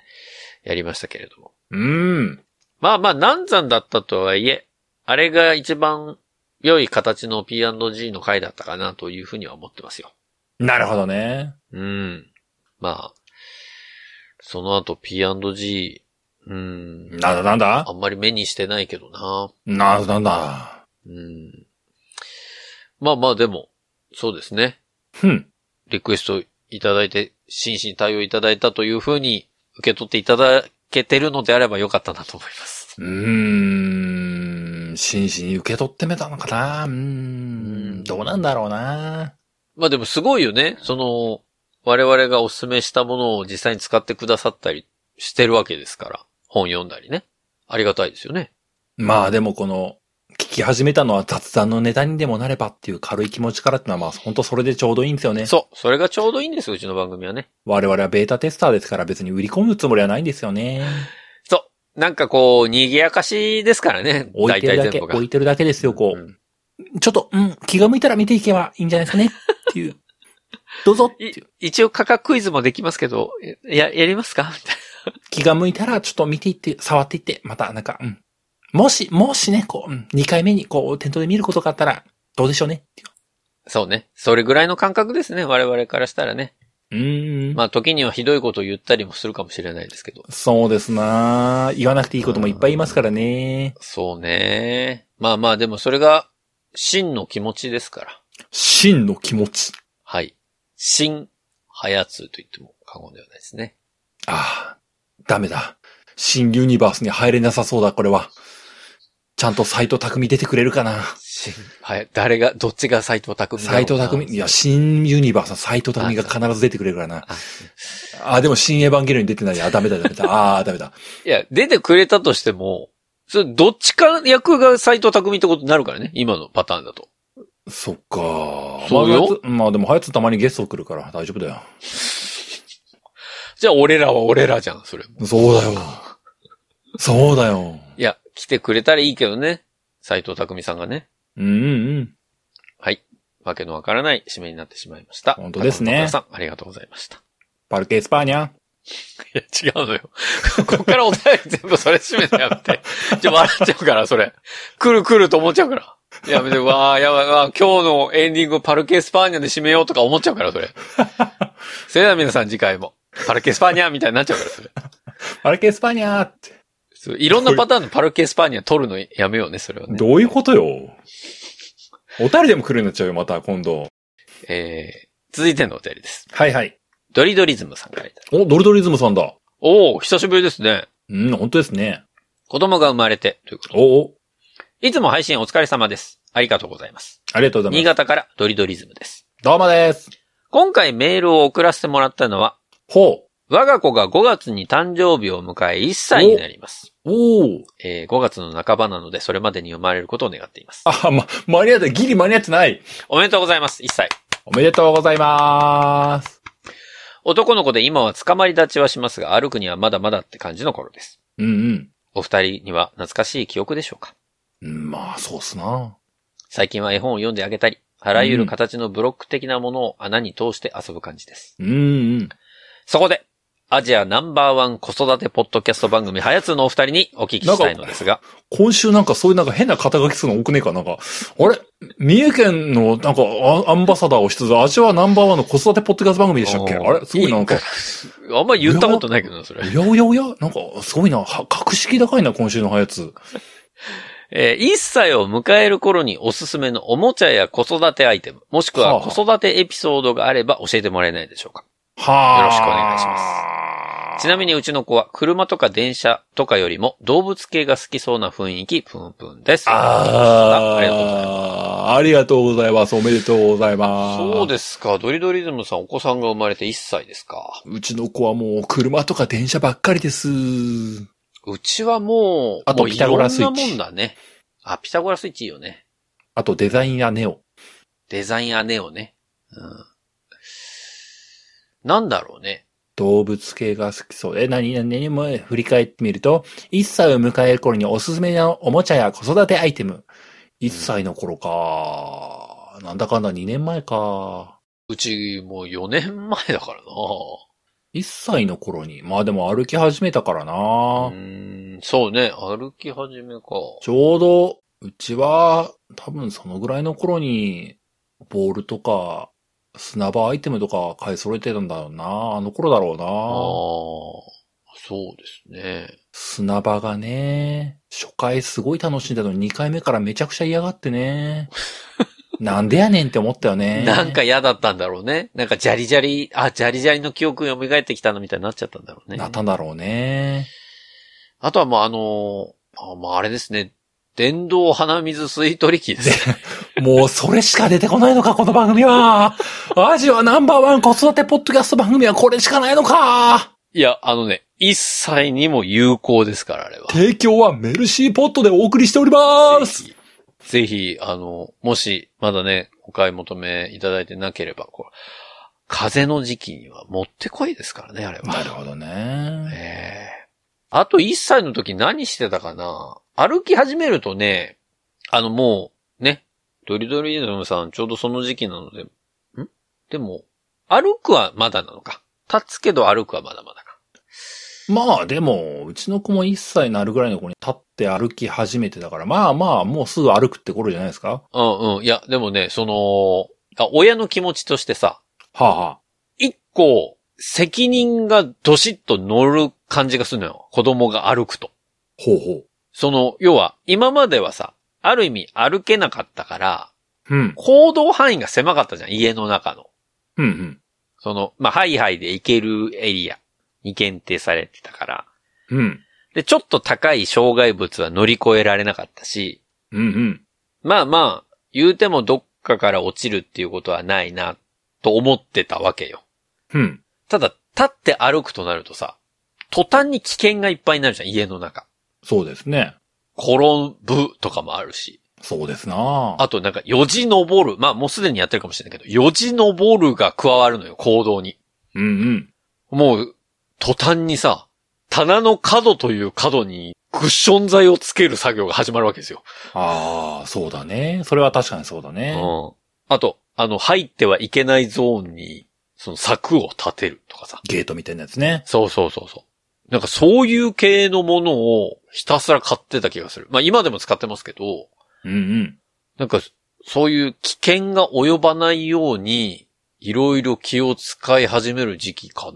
A: やりましたけれども。
B: うん。
A: まあまあ、難産だったとはいえ、あれが一番良い形の P&G の会だったかなというふうには思ってますよ。
B: なるほどね。
A: うん。まあ、その後 P&G、うん。
B: なんだなんだ
A: あんまり目にしてないけどな。
B: なんだなんだ。
A: うん。まあまあでも、そうですね。
B: ふん。
A: リクエストいただいて、真摯に対応いただいたというふうに受け取っていただけてるのであればよかったなと思います。
B: うーん。真摯に受け取ってみたのかなうー
A: うん
B: ん。どうなんだろうな。
A: まあでもすごいよね。その、我々がお勧めしたものを実際に使ってくださったりしてるわけですから。本読んだりね。ありがたいですよね。
B: まあでもこの、聞きき始めたのは雑談のネタにでもなればっていう軽い気持ちからってのはまあ本当それでちょうどいいんですよね。
A: そう。それがちょうどいいんですよ、うちの番組はね。
B: 我々はベータテスターですから別に売り込むつもりはないんですよね。
A: そう。なんかこう、賑やかしですからね。
B: 置いてるだ
A: *laughs* 大体全
B: け、
A: 部が
B: 置いてるだけですよ、こう。
A: うん
B: ちょっと、うん、気が向いたら見ていけばいいんじゃないですかね。 *laughs* っていう。どうぞってい。
A: いう一応価格クイズもできますけど、や、やりますかみたい
B: 気が向いたら、ちょっと見ていって、触っていって、また、なんか、うん。もし、もしね、こう、うん、2回目に、こう、店頭で見ることがあったら、どうでしょうね。ってい
A: な。そうね。それぐらいの感覚ですね。我々からしたらね。
B: ううーん。
A: まあ時にはひどいことを言ったりもするかもしれないですけど。
B: そうですなあ言わなくていいこともいっぱい言いますからね。
A: そうね。まあまあでもそれが、真の気持ちですから。
B: 真の気持ち。
A: はい。新、はやつと言っても過言ではないですね。
B: ああ、ダメだ。新ユニバースに入れなさそうだ、これは。ちゃんと斎藤匠出てくれるかな
A: 新、はや、誰が、どっちが斎藤匠だろうな
B: 斎藤匠、いや、新ユニバースの斎藤匠が必ず出てくれるからな。あ、でも新エヴァンゲリオンに出てない。あ、ダメだ、ダメだ。ああ、ダメだ。
A: いや、出てくれたとしても、それ、どっちか役が斎藤匠ってことになるからね。今のパターンだと。
B: そっか。
A: そうよ
B: まあ。まあでも、ハヤツたまにゲスト来るから大丈夫だよ。
A: じゃあ、俺らは俺らじゃん、それも。
B: そうだよ。そうだよ。
A: いや、来てくれたらいいけどね。斎藤匠さんがね。
B: うんうん。
A: はい。わけのわからない締めになってしまいました。
B: 本当です
A: 高
B: ね
A: 野正和さん、ありがとうございました。
B: パルケ・エスパーニャ。
A: いや、違うのよ。 *laughs* こっからお便り全部それ締めてやめて。じゃ笑っちゃうから、それ。来る来ると思っちゃうから。やめて、わあやばい、わあ今日のエンディングパルケ・スパーニャで締めようとか思っちゃうから、それ。それでは皆さん次回も、パルケ・スパーニャみたいになっちゃうから、それ。
B: パルケ・エスパーニャーって。
A: そういろんなパターンのパルケ・スパーニャ取るのやめようね、それはね。
B: どういうことよ。お便りでも来るようになっちゃうよ、また、今度。
A: えー、続いてのお便りです。
B: はいはい。
A: ドリドリズムさんからいただいた。
B: お、ドルドリズムさんだ。
A: おー、久しぶりですね。
B: うん、本当ですね。
A: 子供が生まれて、ということで。
B: おお、
A: いつも配信お疲れ様です。ありがとうございます。
B: ありがとうござい
A: 新
B: ます。
A: 潟からドリドリズムです。
B: どうもです。
A: 今回メールを送らせてもらったのは、
B: ほ
A: 我が子が5月に誕生日を迎え1歳になります。
B: う。おお。
A: えー5月の半ばなので、それまでに生まれることを願っています。
B: あ、ま、間に合って、ギリ間に合ってない。
A: おめでとうございます、1歳。
B: おめでとうございます。
A: 男の子で今は捕まり立ちはしますが、歩くにはまだまだって感じの頃です。
B: うん
A: お二人には懐かしい記憶でしょうか
B: うん。まあ、そうっすな。
A: 最近は絵本を読んであげたり、あらゆる形のブロック的なものを穴に通して遊ぶ感じです。
B: うんうん。
A: そこで、アジアナンバーワン子育てポッドキャスト番組、はやつのお二人にお聞きしたいのですが、
B: 今週なんかそういうなんか変な肩書きするの多くねえかなんか、あれ三重県のなんかアアンバサダーをしつつ、アジアナンバーワンの子育てポッドキャスト番組でしたっけ
A: お
B: あ
A: ー
B: れすごいなんか、
A: あんまり言ったことないけどな、それ。
B: いやおやおやなんかすごいな、は格式高いな、今週のやつ。
A: えー、1歳を迎える頃におすすめのおもちゃや子育てアイテム、もしくは
B: はあ
A: 子育てエピソードがあれば教えてもらえないでしょうか。
B: はあ。
A: よろしくお願いし
B: ま
A: ちなみにうちの子は車とか電車とかよりも動物系が好きそうな雰囲気プンプンです。
B: あ
A: あ
B: ー
A: りがとうござい
B: ありがとうございます。おめでとうございます。
A: そう
B: す。
A: ですか。ドリドリズムさんお子さんが生まれて1歳ですか。
B: うちの子はもう車とか電車ばっかりです。
A: うちはもう、
B: あと
A: もう
B: ピタゴラスイッチ
A: いろんなもんだね。あ、ピタゴラスイッチいいよね。
B: あとデザインやネオ。
A: デザインアネをね。うん。なんだろうね。
B: 動物系が好きそう。え、何何何も振り返ってみると、1歳を迎える頃におすすめのおもちゃや子育てアイテム。1歳の頃か。なんだかんだ2年前か。
A: うちもう4年前だからな。
B: 1歳の頃に。まあでも歩き始めたから
A: う
B: な。
A: ーん、そうね。歩き始めか。
B: ちょうど、うちは、多分そのぐらいの頃に、ボールとか、砂場アイテムとか買い揃えてたんだろうな。あの頃だろう
A: ああ
B: な。
A: ー、そうですね。
B: 砂場がね、初回すごい楽しんだのに2回目からめちゃくちゃ嫌がっ
A: *laughs*
B: てね。なんでやねんって思ったよね。
A: なんか嫌だったんだろうね。なんかジャリジャリ、あ、ジャリジャリの記憶が蘇ってきたのみたいになっちゃったんだろうね
B: な。ったんだろうね。
A: あとはもうあのーあ、まああれですね。電動鼻水吸い取り機
B: *laughs*
A: ですね。
B: もうそれしか出てこないのか、この番組は。アジアナンバーワン子育てポッドキャスト番組はこれしかないのか。
A: いや、あのね、一切にも有効ですから、あれは。
B: 提供はメルシーポットでお送りしております。
A: ぜひぜひ、あの、もし、まだね、お買い求めいただいてなければ、こう、風の時期にはもってこいですからね、あれは。
B: なるほどね。
A: ええあと1歳の時何してたかな歩き始めるとね、あのもう、ね、ドリドリドムさんちょうどその時期なので、んでも、歩くはまだなのか。立つけど歩くはまだまだか。
B: まあでも、うちの子も1歳になるぐらいの子に立って歩き始めてたから、まあまあ、もうすぐ歩くって頃じゃないですかは
A: うんうん。いや、でもね、その、あ親の気持ちとしてさ、
B: あ、は
A: 一個、責任がどしっと乗る感じがするのよ。子供が歩くと。
B: あ、ほうほう。
A: その、要は、今まではさ、ある意味歩けなかったから、
B: うん。
A: 行動範囲が狭かったじゃん、家の中の。
B: うんうん。
A: その、まあ、ハイハイで行けるエリアに限定されてたから。
B: うん。
A: で、ちょっと高い障害物は乗り越えられなかったし、
B: うんうん。
A: まあまあ、言うてもどっかから落ちるっていうことはないな、と思ってたわけよ。
B: うん。
A: ただ、立って歩くとなるとさ、途端に危険がいっぱいになるじゃん、家の中。
B: そうですね。
A: 転ぶとかもあるし。
B: そうですなあ。
A: あとなんか、よじ登る。まあ、もうすでにやってるかもしれないけど、よじ登るが加わるのよ、行動に。
B: うんうん。
A: もう、途端にさ、棚の角という角にクッション材をつける作業が始まるわけですよ。
B: ああ、そうだね。それは確かにそうだ
A: う
B: ね。
A: ん。あと、あの、入ってはいけないゾーンに、その柵を立てるとかさ。
B: ゲートみたいなやつね。
A: そうそうそうそう。なんかそういう系のものをひたすら買ってた気がする。まあ今でも使ってますけど、
B: うんうん。
A: なんかそういう危険が及ばないように、いろいろ気を使い始める時期かな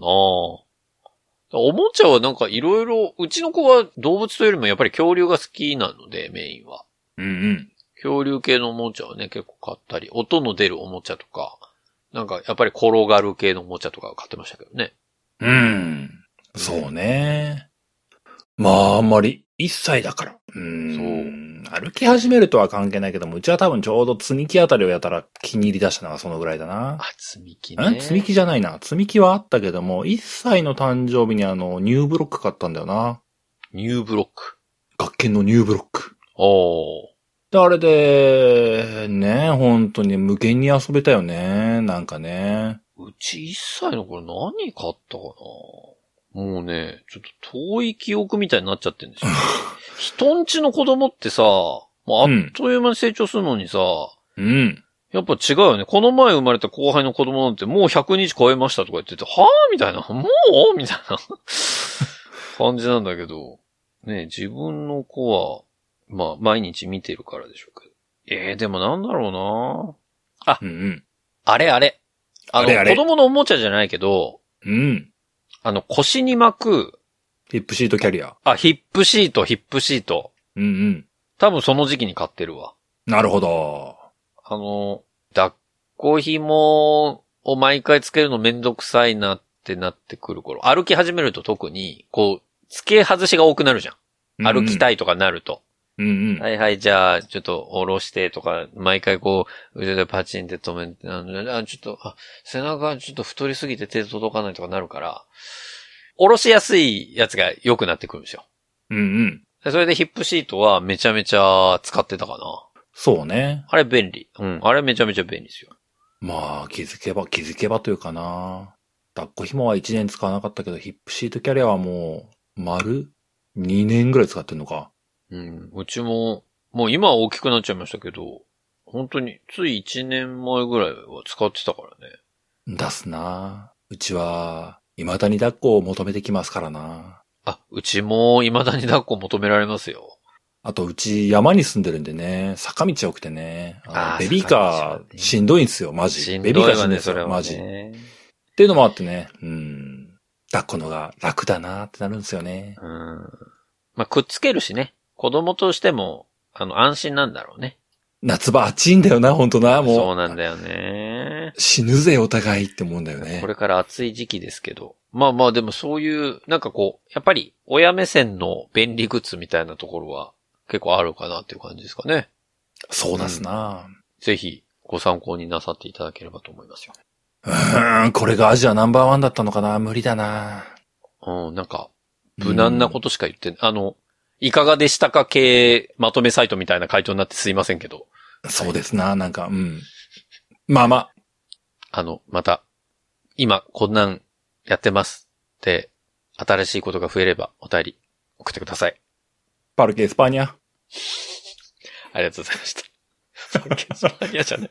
A: おもちゃはなんかいろいろ、うちの子は動物というよりもやっぱり恐竜が好きなので、メインは。
B: うんうん。
A: 恐竜系のおもちゃはね、結構買ったり、音の出るおもちゃとか、なんかやっぱり転がる系のおもちゃとか買ってましたけどね。
B: うん。そうね。まあ、あんまり、一歳だから。うん。歩き始めるとは関係ないけども、うちは多分ちょうど積み木あたりをやたら気に入り出したのがそのぐらいだな
A: あ。、積み木
B: ん
A: ね。
B: 積み木じゃないな。積み木はあったけども、一歳の誕生日にあの、ニューブロック買ったんだよな。
A: ニューブロック。
B: 学研のニューブロック。
A: おー。
B: で、あれで、ね、本当に無限に遊べたよね。なんかね。
A: うち1歳の頃何買ったかなもうね、ちょっと遠い記憶みたいになっちゃってるんですよ。人んちの子供ってさ、もうあっという間に成長するのにさ、
B: うん。
A: やっぱ違うよね。この前生まれた後輩の子供なんてもう100日超えましたとか言ってて、はぁみたいな、もうみたいな感じなんだけど、ね、自分の子は、まあ、毎日見てるからでしょうけど。ええでもなんだろうな
B: うんうん。
A: あれあれ。あの、
B: あれあれ
A: 子供のおもちゃじゃないけど、
B: うん。
A: あの、腰に巻く、
B: ヒップシートキャリア。
A: あ、ヒップシート、ヒップシート。
B: うんうん。
A: 多分その時期に買ってるわ。
B: なるほど。
A: あの、抱っこ紐を毎回つけるのめんどくさいなってなってくる頃。歩き始めると特に、こう、付け外しが多くなるじゃん。歩き
B: い。
A: たいとかなると。
B: うんうん。
A: はいはい、じゃあ、ちょっと下ろしてとか、毎回こう、腕でパチンって止めて、あのあちょっと、あ、背中ちょっと太りすぎて手届かないとかなるから、下ろしやすいやつが良くなってくるんですよ。
B: うんうん。
A: でそれでヒップシートはめちゃめちゃ使ってたかな。
B: そうね。
A: あれ便利。うん。あれめちゃめちゃ便利ですよ。
B: まあ、気づけば、気づけばというかな。抱っこ紐は1年使わなかったけど、ヒップシートキャリアはもう、丸2年ぐらい使ってんのか。
A: うん。うちも、もう今は大きくなっちゃいましたけど、本当につい1年前ぐらいは使ってたからね。
B: 出すな。うちは、未だに抱っこを求めてきますからな。
A: あ、うちも未だに抱っこ求められますよ。
B: あと、うち山に住んでるんでね、坂道多くてね、あの
A: あー
B: ベビーカ
A: 坂道は
B: ー
A: ね
B: しんどいんですよ、マジ。
A: しん
B: ベビー
A: どい
B: カーし
A: わ
B: んどいん
A: ね、
B: です
A: それ
B: よ、
A: は
B: マジ。っ
A: ね。
B: ていうのもあってね、うん。抱っこのが楽だなってなるんですよね。
A: うん。まあ、くっつけるしね。子供としても、あの、安心なんだろうね。
B: 夏場暑いんだよな、ほんとな、もう。
A: そうなんだよね。
B: 死ぬぜ、お互いって思うんだよね
A: こ。れから暑い時期ですけど。まあまあでもそういう、なんかこう、やっぱり親目線の便利グッズみたいなところは結構あるかなっていう感じですかね。
B: そうだすな、
A: ぜひご参考になさっていただければと思いますよ。
B: うーん、これがアジアナンバーワンだったのかな、無理だな
A: うん、なんか、無難なことしか言ってん、あの、いかがでしたか系まとめサイトみたいな回答になってすいませんけど、
B: そうですな、なんか、うん。まあまあ、
A: あの、また、今こんなんやってますで新しいことが増えればお便り送ってください。
B: パルケ・エスパーニャ。
A: ありがとうございました。パルケ・スパーニャじゃない。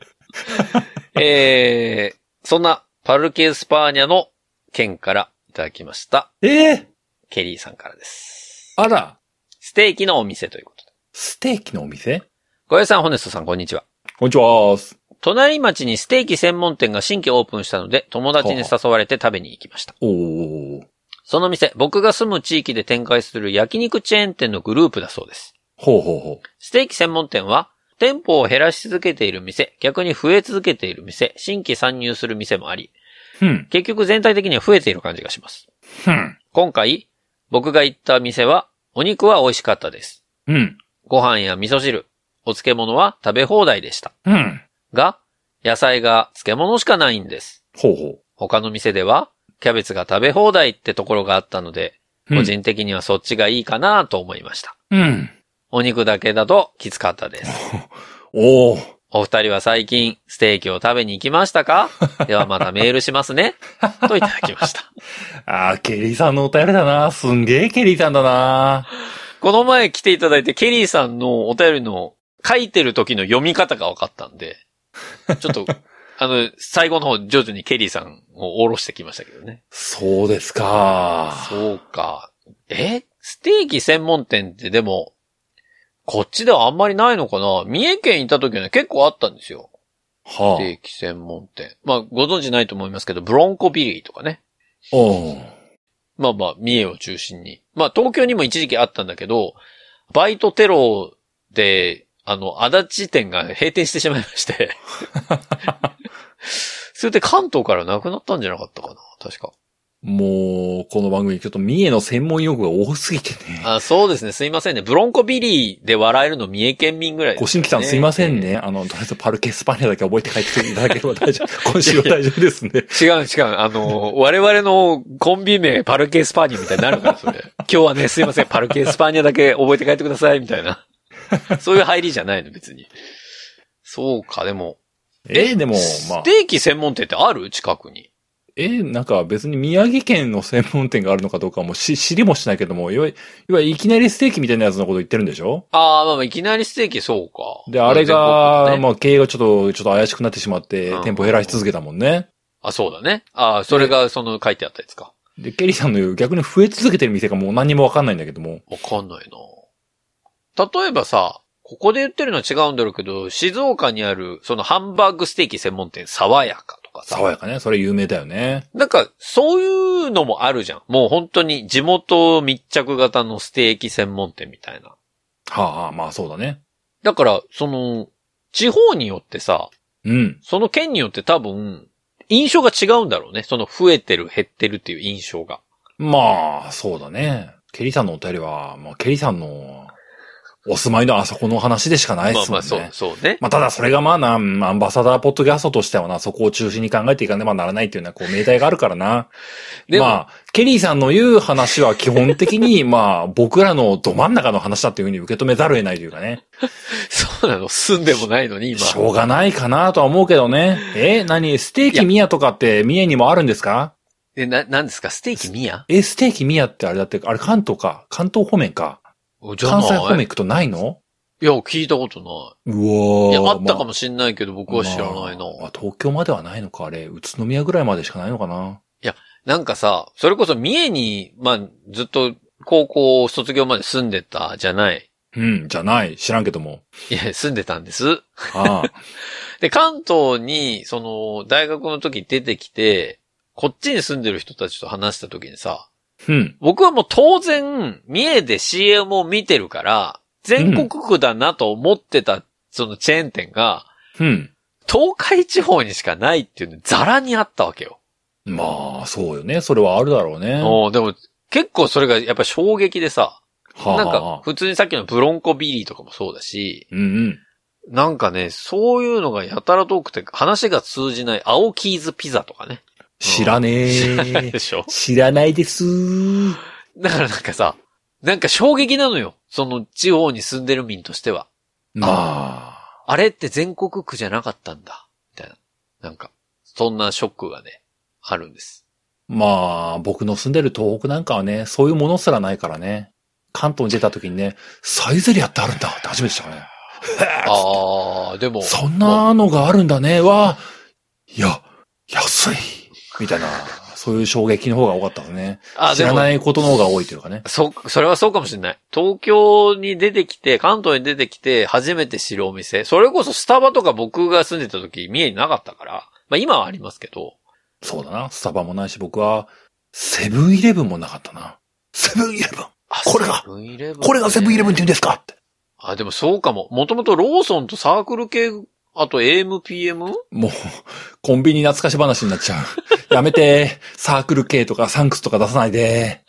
A: えー、そんなパルケ・スパーニャの件からいただきました。
B: ええ
A: ケリーさんからです。
B: あら、
A: ステーキのお店ということで。
B: ステーキのお店
A: 小屋さん、ホネストさん、こんにちは。
B: こんにちはー。
A: 隣町にステーキ専門店が新規オープンしたので、友達に誘われて食べに行きました。
B: おー。
A: その店、僕が住む地域で展開する焼肉チェーン店のグループだそうです。
B: ほうほうほ
A: ステーキ専門店は、店舗を減らし続けている店、逆に増え続けている店、新規参入する店もあり、
B: う。ふん。
A: 結局全体的には増えている感じがします。
B: ふん。
A: 今回、僕が行った店は、お肉は美味しかったです。
B: うん。
A: ご飯や味噌汁、お漬物は食べ放題でした。
B: うん。
A: が、野菜が漬物しかないんです。
B: ほうほ
A: 他の店では、キャベツが食べ放題ってところがあったので、
B: う。
A: 個人的にはそっちがいいかなと思いました。
B: うん。うん。
A: お肉だけだときつかったです。
B: おー。
A: お二人は最近、ステーキを食べに行きましたかではまたメールしますね。といただきました。
B: あー、ケリーさんのお便りだな。すんげえケリーさんだな。
A: この前来ていただいて、ケリーさんのお便りの書いてる時の読み方が分かったんで、ちょっと、あの、最後の方、徐々にケリーさんを下ろしてきましたけどね。
B: そうですか。
A: そうか。えステーキ専門店ってでも、こっちではあんまりないのかな三重県行った時はね、結構あったんですよ。ス
B: は
A: テーキ専門店。まあ、ご存知ないと思いますけど、ブロンコビリーとかね。
B: あ。おー。
A: まあまあ、三重を中心に。まあ、東京にも一時期あったんだけど、バイトテロで、あの、足立店が閉店してしまいまして。 *laughs* それで関東からなくなったんじゃなかったかな確か。
B: もう、この番組ちょっと三重の専門用語が多すぎてね。
A: あそうですね。すいませんね。ブロンコビリーで笑えるの三重県民ぐらいですね、
B: ご新規さんすいませんね。あの、とりあえずパルケ・エスパーニャだけ覚えて帰ってきていただければ大丈夫。今週は大丈
A: *laughs*
B: 夫ですね。
A: 違う違う。あの、我々のコンビ名、パルケ・スパーニャみたいになるから、それ。今日はね、すいません、パルケ・スパーニャだけ覚えて帰ってください、みたいな。そういう入りじゃないの、別に。そうか、でも。
B: えー、でも、ま
A: ス
B: あ
A: テ、ーキ専門店ってある近くに。
B: えー、なんか別に宮城県の専門店があるのかどうかもし知りもしないけども、いわゆる、いわゆるいきなりステーキみたいなやつのこと言ってるんでしょ
A: ああ、まあまあ、いきなりステーキ、そうか。
B: で、あれ
A: 全
B: が、
A: 国ね
B: まあ経営がちょっと、ちょっと怪しくなってしまって
A: う、ん
B: 店舗減らし続けたもんね。
A: あ、そうだね。ああ、それが、その、書いてあったやつか。
B: で、ケリーさんの言う逆に増え続けてる店がもう何にもわかんないんだけども。
A: わかんないな例えばさ、ここで言ってるのは違うんだろうけど、静岡にある、そのハンバーグステーキ専門店、爽やかとかさ。
B: 爽やかね。それ有名だよね。
A: なんか、そういうのもあるじゃん。もう本当に地元密着型のステーキ専門店みたいな。
B: はあ、はあ、まあそうだね。
A: だから、その、地方によってさ、
B: うん。
A: その県によって多分、印象が違うんだろうね。その増えてる、減ってるっていう印象が。
B: まあ、そうだね。ケリーさんのお便りは、まあケリーさんのお住まいのあそこの話でしかないで
A: まあ
B: す
A: ま
B: もんね。
A: あ、そう、そうね。
B: まあ、ただそれがまあな、うんアンバサダーポッドキャストとしてはな、そこを中心に考えていかねばならないっていうのは、こう、命題があるからな。
A: でも
B: まあ、ケリーさんの言う話は基本的に、 *laughs* まあ、僕らのど真ん中の話だっていうふうに受け止めざるを得ないというかね。
A: そうなの。住んでもないのに、今。
B: しょうがないかなとは思うけどね。え、何ステーキミヤとかって、ミヤにもあるんですか
A: で、な、なんですかステーキミヤ
B: え、ステーキミヤってあれだって、あれ関東か関東方面か
A: じゃ
B: 関西方
A: な
B: 面
A: い
B: 行くとないの
A: いや、聞いたことな
B: う
A: い。い
B: わ
A: や、あったか
B: し
A: もしんないけど、僕は知らないな。
B: 東京まではないのか、あれ。宇都宮ぐらいまでしかないのかな。
A: なんかさ、それこそ三重に、まあ、ずっと高校卒業まで住んでたじゃない。
B: うん、じゃない。知らんけども。
A: いや、住んでたんです。
B: あ *laughs* あ。
A: で、関東に、その、大学の時出てきて、こっちに住んでる人たちと話した時にさ、
B: うん。
A: 僕はもう当然、三重で CM を見てるから、全国区だなと思ってた、そのチェーン店が、
B: うん。
A: 東海地方にしかないっていうの、ザラにあったわけよ。
B: まあ、そうよね。それはあるだろうね。
A: おーでも、結構それがやっぱ衝撃でさ、
B: はあ
A: なん
B: は
A: か
B: あ、
A: 普通にさっきのブロンコビリーとかもそうだし、
B: うんうん。
A: なんかね、そういうのがやたら遠くて話が通じない青キーズピザとかね。
B: 知らねえ。
A: でしょ *laughs*
B: 知らないです。
A: だからなんかさ、なんか衝撃なのよ。その地方に住んでる民としては。
B: まあ。
A: あれって全国区じゃなかったんだ。みたいな。なんか、そんなショックがね、あるんです。
B: まあ、僕の住んでる東北なんかはね、そういうものすらないからね。関東に出た時にね、サイゼリアってあるんだって初めて知ったからね。
A: ああ、でも、
B: そんなのがあるんだね。わあ、いや、安い。みたいな、そういう衝撃の方が多かったのね。
A: あ
B: 知
A: で
B: ら
A: も、
B: ないことの方が多いというかね。
A: そ、それはそうかもしれない。東京に出てきて、関東に出てきて、初めて知るお店。それこそスタバとか僕が住んでた時、三重になかったから。まあ今はありますけど。
B: そうだな。スタバもないし、僕は、セブンイレブンもなかったな。セブンイレブン
A: あ
B: これが
A: セブンイレブンね
B: これがセブンイレブンって言うんですかって。
A: あ、でもそうかも。もともとローソンとサークル系、あと AM、PM?
B: もう、コンビニ懐かし話になっちゃう。やめて、サークル系とかサンクスとか出さないで。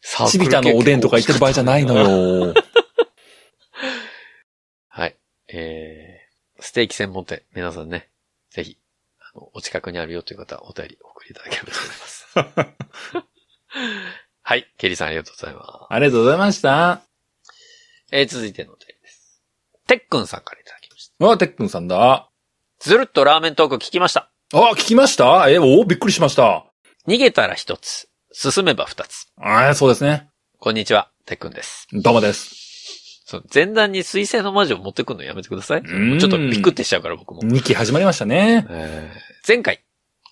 A: サー
B: チ
A: クル
B: ビ
A: 系
B: タのおでんとか言ってる場合じゃないのよ。
A: はい。えー、ステーキ専門店、皆さんね、ぜひ、あの、お近くにあるよという方、お便りお送りいただければと思います。
B: *laughs*
A: はい。ケリーさんありがとうございます。
B: *laughs* ありがとうございました。
A: えー、続いてのお便りです。てっくんさんからいただきました。
B: あ、てっくんさんだ。
A: ずるっとラーメントーク聞きました。
B: あ、聞きましたえ、おびっくりしました。
A: 逃げたら一つ、進めば二つ。
B: あそうですね。
A: こんにちは、てっくんです。
B: どうもです。
A: そう前段に水星の魔女を持ってくるのやめてください。
B: うーん
A: ちょっとビクってしちゃうから僕も。
B: 2期始まりましたね。
A: えー前回、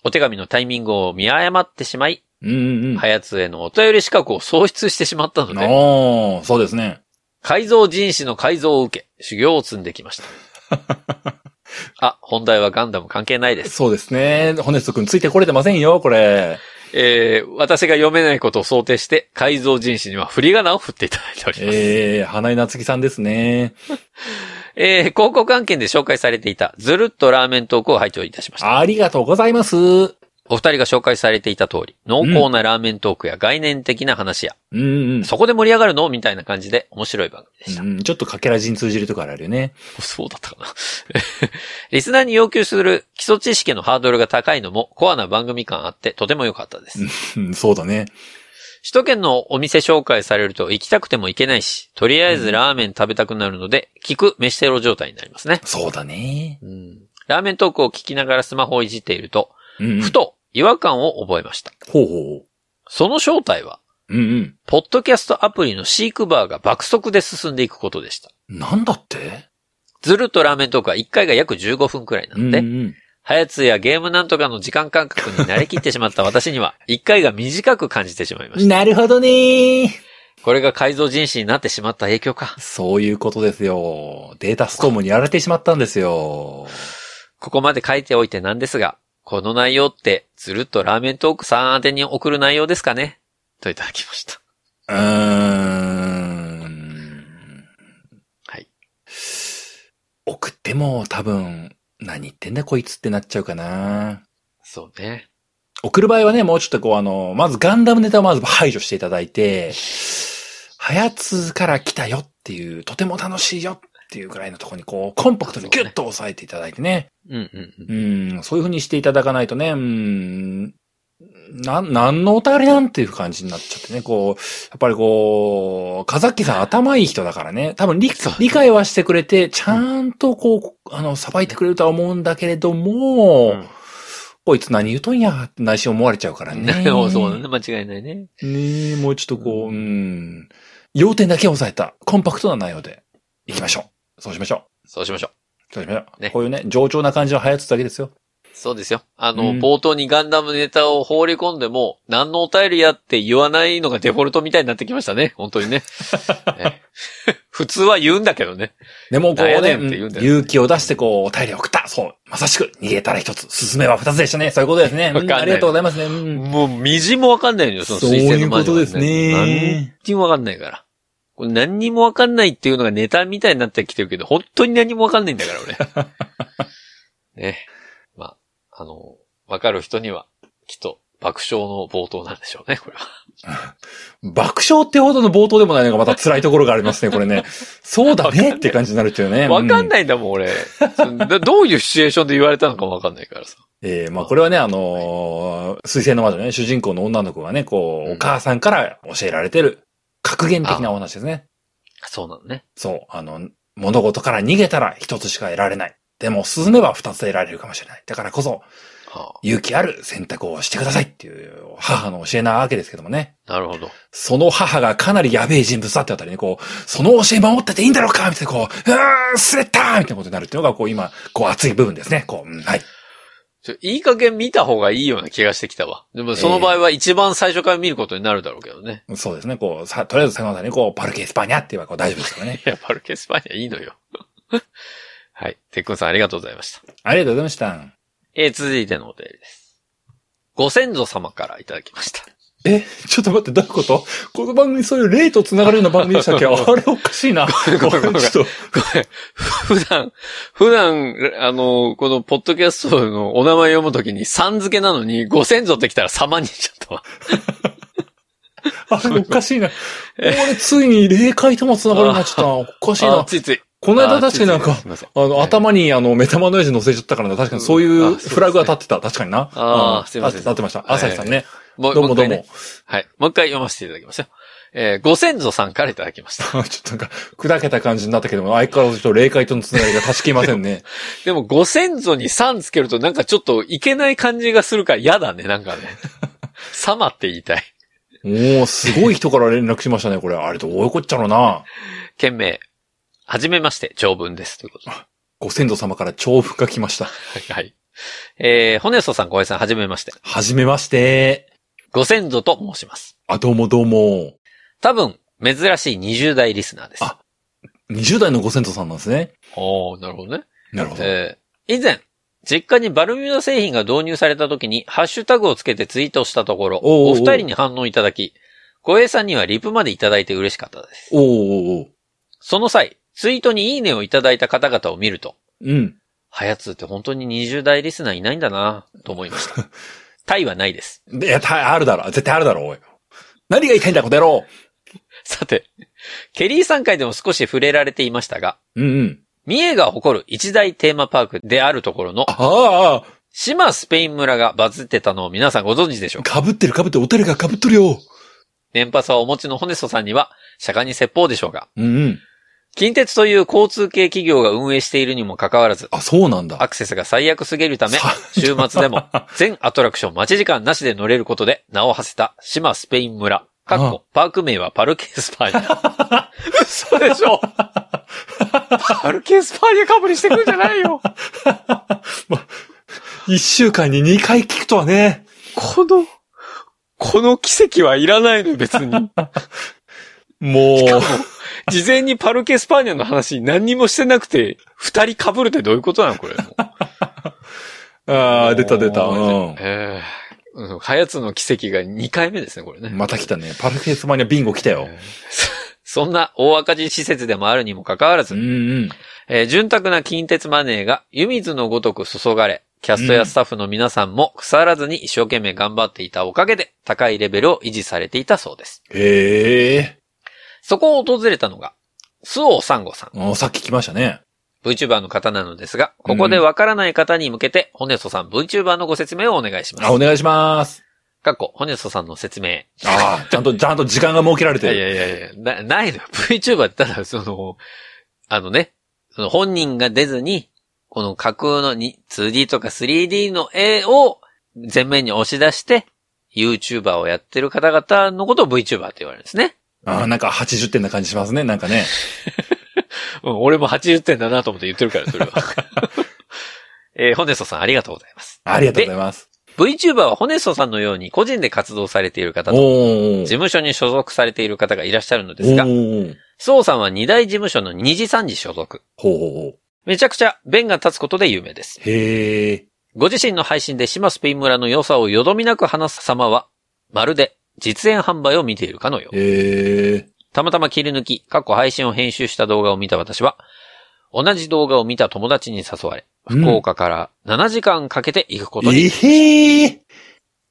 A: お手紙のタイミングを見誤ってしまい、
B: うんうんうん。
A: ハヤツへのお便り資格を喪失してしまったので、
B: おー、そうですね。
A: 改造人士の改造を受け、修行を積んできました。
B: *laughs*
A: あ、本題はガンダム関係ないです。
B: そうですね。ホネストくんついてこれてませんよ、これ。
A: えー、私が読めないことを想定して、改造人士には振り仮名を振っていただいております。
B: えー、花井夏樹さんですね。
A: えー、広告案件で紹介されていた、ずるっとラーメントークを拝聴いたしました。
B: ありがとうございます。うん
A: お二人が紹介されていた通り、濃厚なラーメントークや概念的な話や、
B: うん。
A: そこで盛り上がるのみたいな感じで面白い番組でした。
B: うん、ちょっとかけらじに通じるとこあるよね。
A: そうだったかな。 *laughs* リスナーに要求する基礎知識のハードルが高いのもコアな番組感あってとても良かったです。
B: うん、そうだね。
A: 首都圏のお店紹介されると行きたくても行けないし、とりあえずラーメン食べたくなるので、聞く飯テロ状態になりますね。
B: そうだね。
A: ラーメントークを聞きながらスマホをいじっていると、
B: うん、うん。
A: ふと違和感を覚えました。
B: ほうほ
A: その正体は、
B: う。うん
A: ポッドキャストアプリのシークバーが爆速で進んでいくことでした。
B: うん。なんだって
A: ずるっとラーメントークは1回が約15分くらいな
B: うんんう
A: で、
B: ん。
A: 早通やゲームなんとかの時間感覚に慣れきってしまった私には、 *laughs* 一回が短く感じてしまいました。
B: なるほどね。
A: これが改造人士になってしまった影響か。
B: そういうことですよ。データストームにやられてしまったんですよ。
A: ここまで書いておいてなんですが、この内容って、ずるっとラーメントークさん宛てに送る内容ですかねといただきました。
B: うーん。
A: はい。
B: 送っても多分、何言ってんだこいつってなっちゃうかな。
A: そうね。
B: 送る場合はね、もうちょっとこうあの、まずガンダムネタをまず排除していただいて、はやつから来たよっていう、とても楽しいよっていうぐらいのところにこう、コンパクトにギュッと押さえていただいてね。
A: うんうんうん。
B: うん、そういう風にしていただかないとね、うん、な、なんのお便りなんていう感じになっちゃってね、こう、やっぱりこう、かざきさん頭いい人だからね、多分
A: *laughs*
B: 理
A: そう
B: 理解はしてくれて、ちゃんとこう、あの、さばいてくれるとは思うんだけれども、
A: うん
B: こいつ何言うとんやって内心思われちゃうからね。
A: でも *laughs* そうだね。間違いないね。
B: ねえ、もうちょっとこう、うん、要点だけ押さえた、コンパクトな内容で、いきましょう。そうしましょ
A: そうしましょう。
B: う。そうしましょう。
A: ね
B: こういうね、冗長な感じの流行ってただけですよ。
A: そうですよ。あの、
B: うん
A: 冒頭にガンダムネタを放り込んでも、何のお便りやって言わないのがデフォルトみたいになってきましたね。本当
B: *laughs*
A: にね。え *laughs* え普通は言うんだけどね。
B: でもこう
A: なんやね
B: ね、
A: んって言うんだよ
B: 勇気を出してこう、お便りを送った。そう。まさしく、逃げたら一つ、進めは二つでしたね。そういうことですね。
A: わかん
B: うん
A: ない
B: ありがとうございますね。うん
A: もう、みじんもわかんないのよ、その
B: そう
A: 推薦
B: い
A: の
B: う
A: 魔
B: こ
A: 女
B: と
A: は
B: ですね。
A: 何にもわかんないから。これ何にもわかんないっていうのがネタみたいになってきてるけど、本当に何もわかんないんだから、
B: *laughs*
A: 俺。ね。まあ、あの、わかる人には、きっと爆笑の冒頭なんでしょうね、これは。
B: 爆笑ってほどの冒頭でもないのがまた辛いところがありますね、これね。そうだねって感じになるっていうね。
A: わかん
B: い。
A: ないんだもん、俺。そのど *laughs* どういうシチュエーションで言われたのかもわかんないからさ。
B: ええまあこれはね、あのー、水星の魔女ね、主人公の女の子がね、こう、
A: うん
B: お母さんから教えられてる、格言的なお話ですね。
A: そうなのね。
B: そう、あの、物事から逃げたら一つしか得られない。でも進めば二つ得られるかもしれない。だからこそ、
A: は
B: 勇気ある選択をしてくださいっていう母の教えなわけですけどもね。
A: あ、なるほど。
B: その母がかなりやべえ人物だってあたりね、こう、その教え守ってていいんだろうかみたいな、こう、うーん、すれったみたいなことになるっていうのが、こう今、こう熱い部分ですね。こう、うん、はい。
A: ちょいい加減見た方がいいような気がしてきたわ。でもその場合は一番最初から見ることになるだろうけどね。。
B: そうですね。こう、さ、とりあえず佐野さんに、こう、パルケ・エスパーニャって言えばこう大丈夫ですからね
A: いや、パルケスパニアいいのよ。 *laughs* はい。てっくんさんありがとうございました。
B: ありがとうございました。
A: えー続いてのお便りです。ご先祖様からいただきました。 *laughs*
B: え、ちょっと待って、どういうことこの番組そういう霊と繋がるような番組でしたっけあれおかしいな。
A: めんごめんごめん
B: ちょっと
A: これ、普段、普段、あの、このポッドキャストのお名前読むときに、さん付けなのに、ご先祖ってきたら様にしちゃったわ。
B: あれおかしいな。これついに霊界とも繋がるようになっちゃったな。おかしい
A: あー
B: な。
A: ついつい。
B: この間確かにな
A: あ
B: ん
A: ー
B: か
A: ついついす、いません
B: あの、
A: はい
B: 頭に、あの、目玉のやじ乗せちゃったからな、確かにそ
A: う
B: う
A: んあ
B: い
A: そう
B: う
A: ですね
B: フラグは立ってた。確かにな。
A: あー
B: うん
A: すいません
B: 立ってました。
A: い
B: 朝日さんね。 *laughs*
A: も
B: どうもどう。
A: 一回
B: も。
A: ねはい。もう一回読ませていただきますよ。えーご先祖さんからいただきました。 *laughs*
B: ちょっとなんか、砕けた感じになったけども、相変わらずちょっと霊界との繋がりが断ち切りません
A: *laughs*
B: ね。
A: でも、ご先祖にさんつけると、なんかちょっといけない感じがするから嫌だね、なん
B: *laughs*
A: かね。様って言いたい。
B: おおすごい人から連絡しましたね、これ。あれどういうこっちゃろうな。
A: 件名。はじめまして、長文です。ということ
B: *laughs*
A: で。
B: ご先祖様から重複が来ました。
A: はい。えー、ホネソさん、小林さん、はじめまして。
B: はじめまして。
A: ご先祖と申します。
B: あ、どうもどうも。
A: 多分、珍しい20代リスナーです。
B: あ20代のご先祖さんなんですね。
A: おーなるほどね。
B: なるほど。
A: えー以前、実家にバルミューダ製品が導入された時に、ハッシュタグをつけてツイートしたところ、
B: おうおう
A: お二人に反応いただき、小江さんにはリプまでいただいて嬉しかったです。
B: おーおーおー
A: その際、ツイートにいいねをいただいた方々を見ると、
B: うん。
A: はやつって本当に20代リスナーいないんだなと思いま *laughs* した。タイはないです。
B: でいや、たあるだろ。絶対あるだろ、おい。何が言いたいんだ、この野郎。
A: さて、ケリーさん回でも少し触れられていましたが、
B: うんうん。
A: 三重が誇る一大テーマパークであるところの、
B: あ
A: 島スペイン村がバズってたのを皆さんご存知でしょう
B: あ、
A: か
B: かぶってるかぶってる、お便りがかぶっとるよ。
A: 年パスはお持ちのホネストさんには、釈迦に説法でしょうが、
B: うんうん。
A: 近鉄という交通系企業が運営しているにもかかわらず、
B: あ、そうなんだ。
A: アクセスが最悪すぎるため
B: さ、
A: 週末でも、 *laughs* 全アトラクション待ち時間なしで乗れることで名を馳せた島スペイン村。かっこ、パーク名はパルケ・スパーニャ。 *laughs* 嘘でしょパルケ・スパーニャかぶりしてくんじゃないよ
B: 一週間に二回聞くとはね。
A: この、この奇跡はいらないのよ、別に。
B: も
A: しかも
B: う、
A: 事前にパルケ・スパーニャの話何にもしてなくて、二人被るってどういうことなのこれ。
B: ああ、出た出た。うん。
A: ええうん。ハヤツの奇跡が2回目ですね、これね。
B: また来たね。パルフェスマニアビンゴ来たよ。
A: そんな大赤字施設でもあるにもかかわら
B: う
A: ず
B: ん、うん。
A: えー潤沢な近鉄マネーが湯水のごとく注がれ、キャストやスタッフの皆さんも腐らずに一生懸命頑張っていたおかげで高いレベルを維持されていたそうです。
B: へえ。
A: そこを訪れたのが、スオーサンゴさん。
B: あさっき来ましたね。
A: VTuber の方なのですが、ここでわからない方に向けて、ホネソさん VTuber のご説明をお願いしま
B: あ、お
A: す。
B: 願いします。
A: かっこ、ホネソさんの説明。
B: ああ、ちゃんと、ちゃんと時間が設けられ
A: いや
B: て
A: い
B: る。
A: やいやいや、な、ないのよ。VTuber *laughs* ってただ、その、あのね、その本人が出ずに、この架空のに 2D とか 3D の絵を前面に押し出して、YouTuber をやってる方々のことを VTuber って言われるんですね。
B: ああ、なんか80点な感じしますね。なんかね。
A: うん、俺も80点だなと思って言ってるから、それは。 *laughs* えー、ホネソさんありがとうございます。
B: ありがとうございます。
A: VTuber はホネソさんのように個人で活動されている方
B: お
A: と、
B: ーお
A: 事務所に所属されている方がいらっしゃるのですが、
B: ー。
A: ソウさんは二大事務所の二次三次所属。
B: ほうほうほう。
A: めちゃくちゃ弁が立つことで有名です。
B: へえ。
A: ご自身の配信で島スペイン村の良さをよどみなく話す様は、まるで実演販売を見ているかのよう。
B: へえ。
A: たまたま切り抜き、過去配信を編集した動画を見た私は、同じ動画を見た友達に誘われ、
B: うん
A: 福岡から7時間かけて行くことに、
B: えへえ。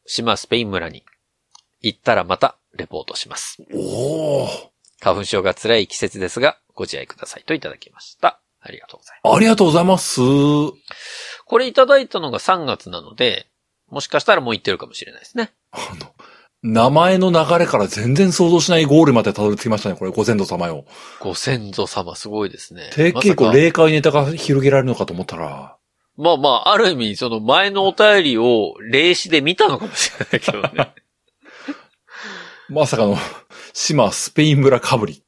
A: 島スペイン村に行ったらまたレポートします。
B: お
A: 花粉症が辛い季節ですが、ご自愛くださいといただきました。ありがとうございま
B: おありがとうございます。
A: す。これいただいたのが3月なので、もしかしたらもう行ってるかもしれないですね。
B: あの、名前の流れから全然想像しないゴールまでたどり着きましたね、これ、ご先祖様よ。
A: ご先祖様すごいですね。
B: てっきりこ
A: ま
B: う、
A: さか
B: 霊界ネタが広げられるのかと思ったら、
A: まあまあ、ある意味、その前のお便りを霊視で見たのかもしれないけど *laughs* ね。
B: まさかの、 *laughs* 島スペイン村かぶり。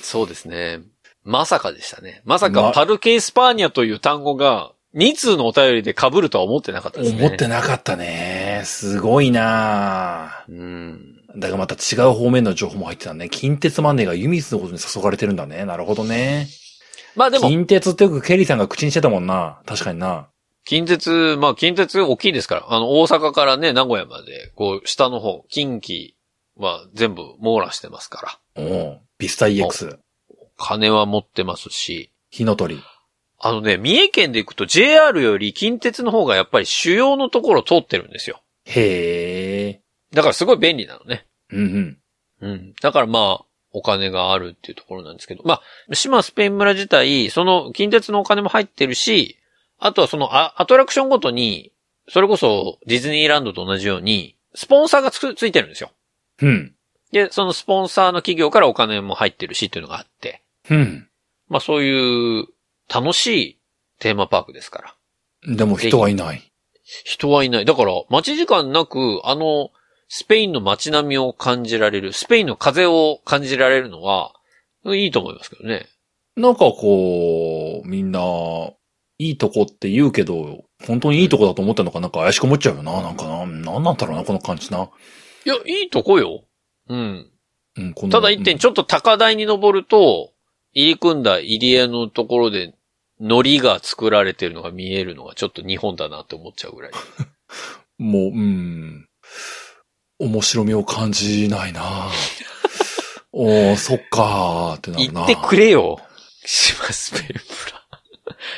A: そうですね。まさかでしたね。まさかパルケ・イスパーニャという単語が2通のお便りで被るとは思ってなかったですね。
B: 思ってなかったね。すごいな
A: うん。
B: だからまた違う方面の情報も入ってたね。近鉄マネーがユミスのことに誘われてるんだね。なるほどね。
A: まあでも、
B: 近鉄ってよくケリーさんが口にしてたもんな。確かにな。
A: 近鉄、まあ近鉄大きいですから、あの、大阪からね、名古屋まで、こう、下の方、近畿は全部網羅してますから、
B: おうビスタ EX、
A: 金は持ってますし、
B: 火の鳥。
A: あのね、三重県で行くと JR より近鉄の方がやっぱり主要のところを通ってるんですよ。
B: へえ。
A: だからすごい便利なのね。
B: うんう
A: う
B: ん。
A: ん。だからまあ、お金があるっていうところなんですけど、まあ、島スペイン村自体、その近鉄のお金も入ってるし、あとはそのアアトラクションごとに、それこそディズニーランドと同じように、スポンサーがつく、ついてるんですよ。
B: うん。
A: で、そのスポンサーの企業からお金も入ってるしっていうのがあって、
B: うん。
A: まあそういう楽しいテーマパークですから。
B: でも人はいない。
A: 人はいない。だから待ち時間なく、あの、スペインの街並みを感じられる、スペインの風を感じられるのは、いいと思いますけどね。
B: なんかこう、みんな、いいとこって言うけど、本当にいいとこだと思ったのかなんか怪しく思っちゃうよな。なんかな。なんなんだろうな、この感じな。
A: いや、いいとこよ。うん。
B: うん、この
A: ただ一点、ちょっと高台に登ると、入り組んだ入り江のところで、海苔が作られてるのが見えるのがちょっと日本だなって思っちゃうぐらい。
B: もう、うん。面白みを感じない
A: *laughs*
B: なおー、そっかーってなる
A: 行
B: な
A: ってくれよ。島スペイン村。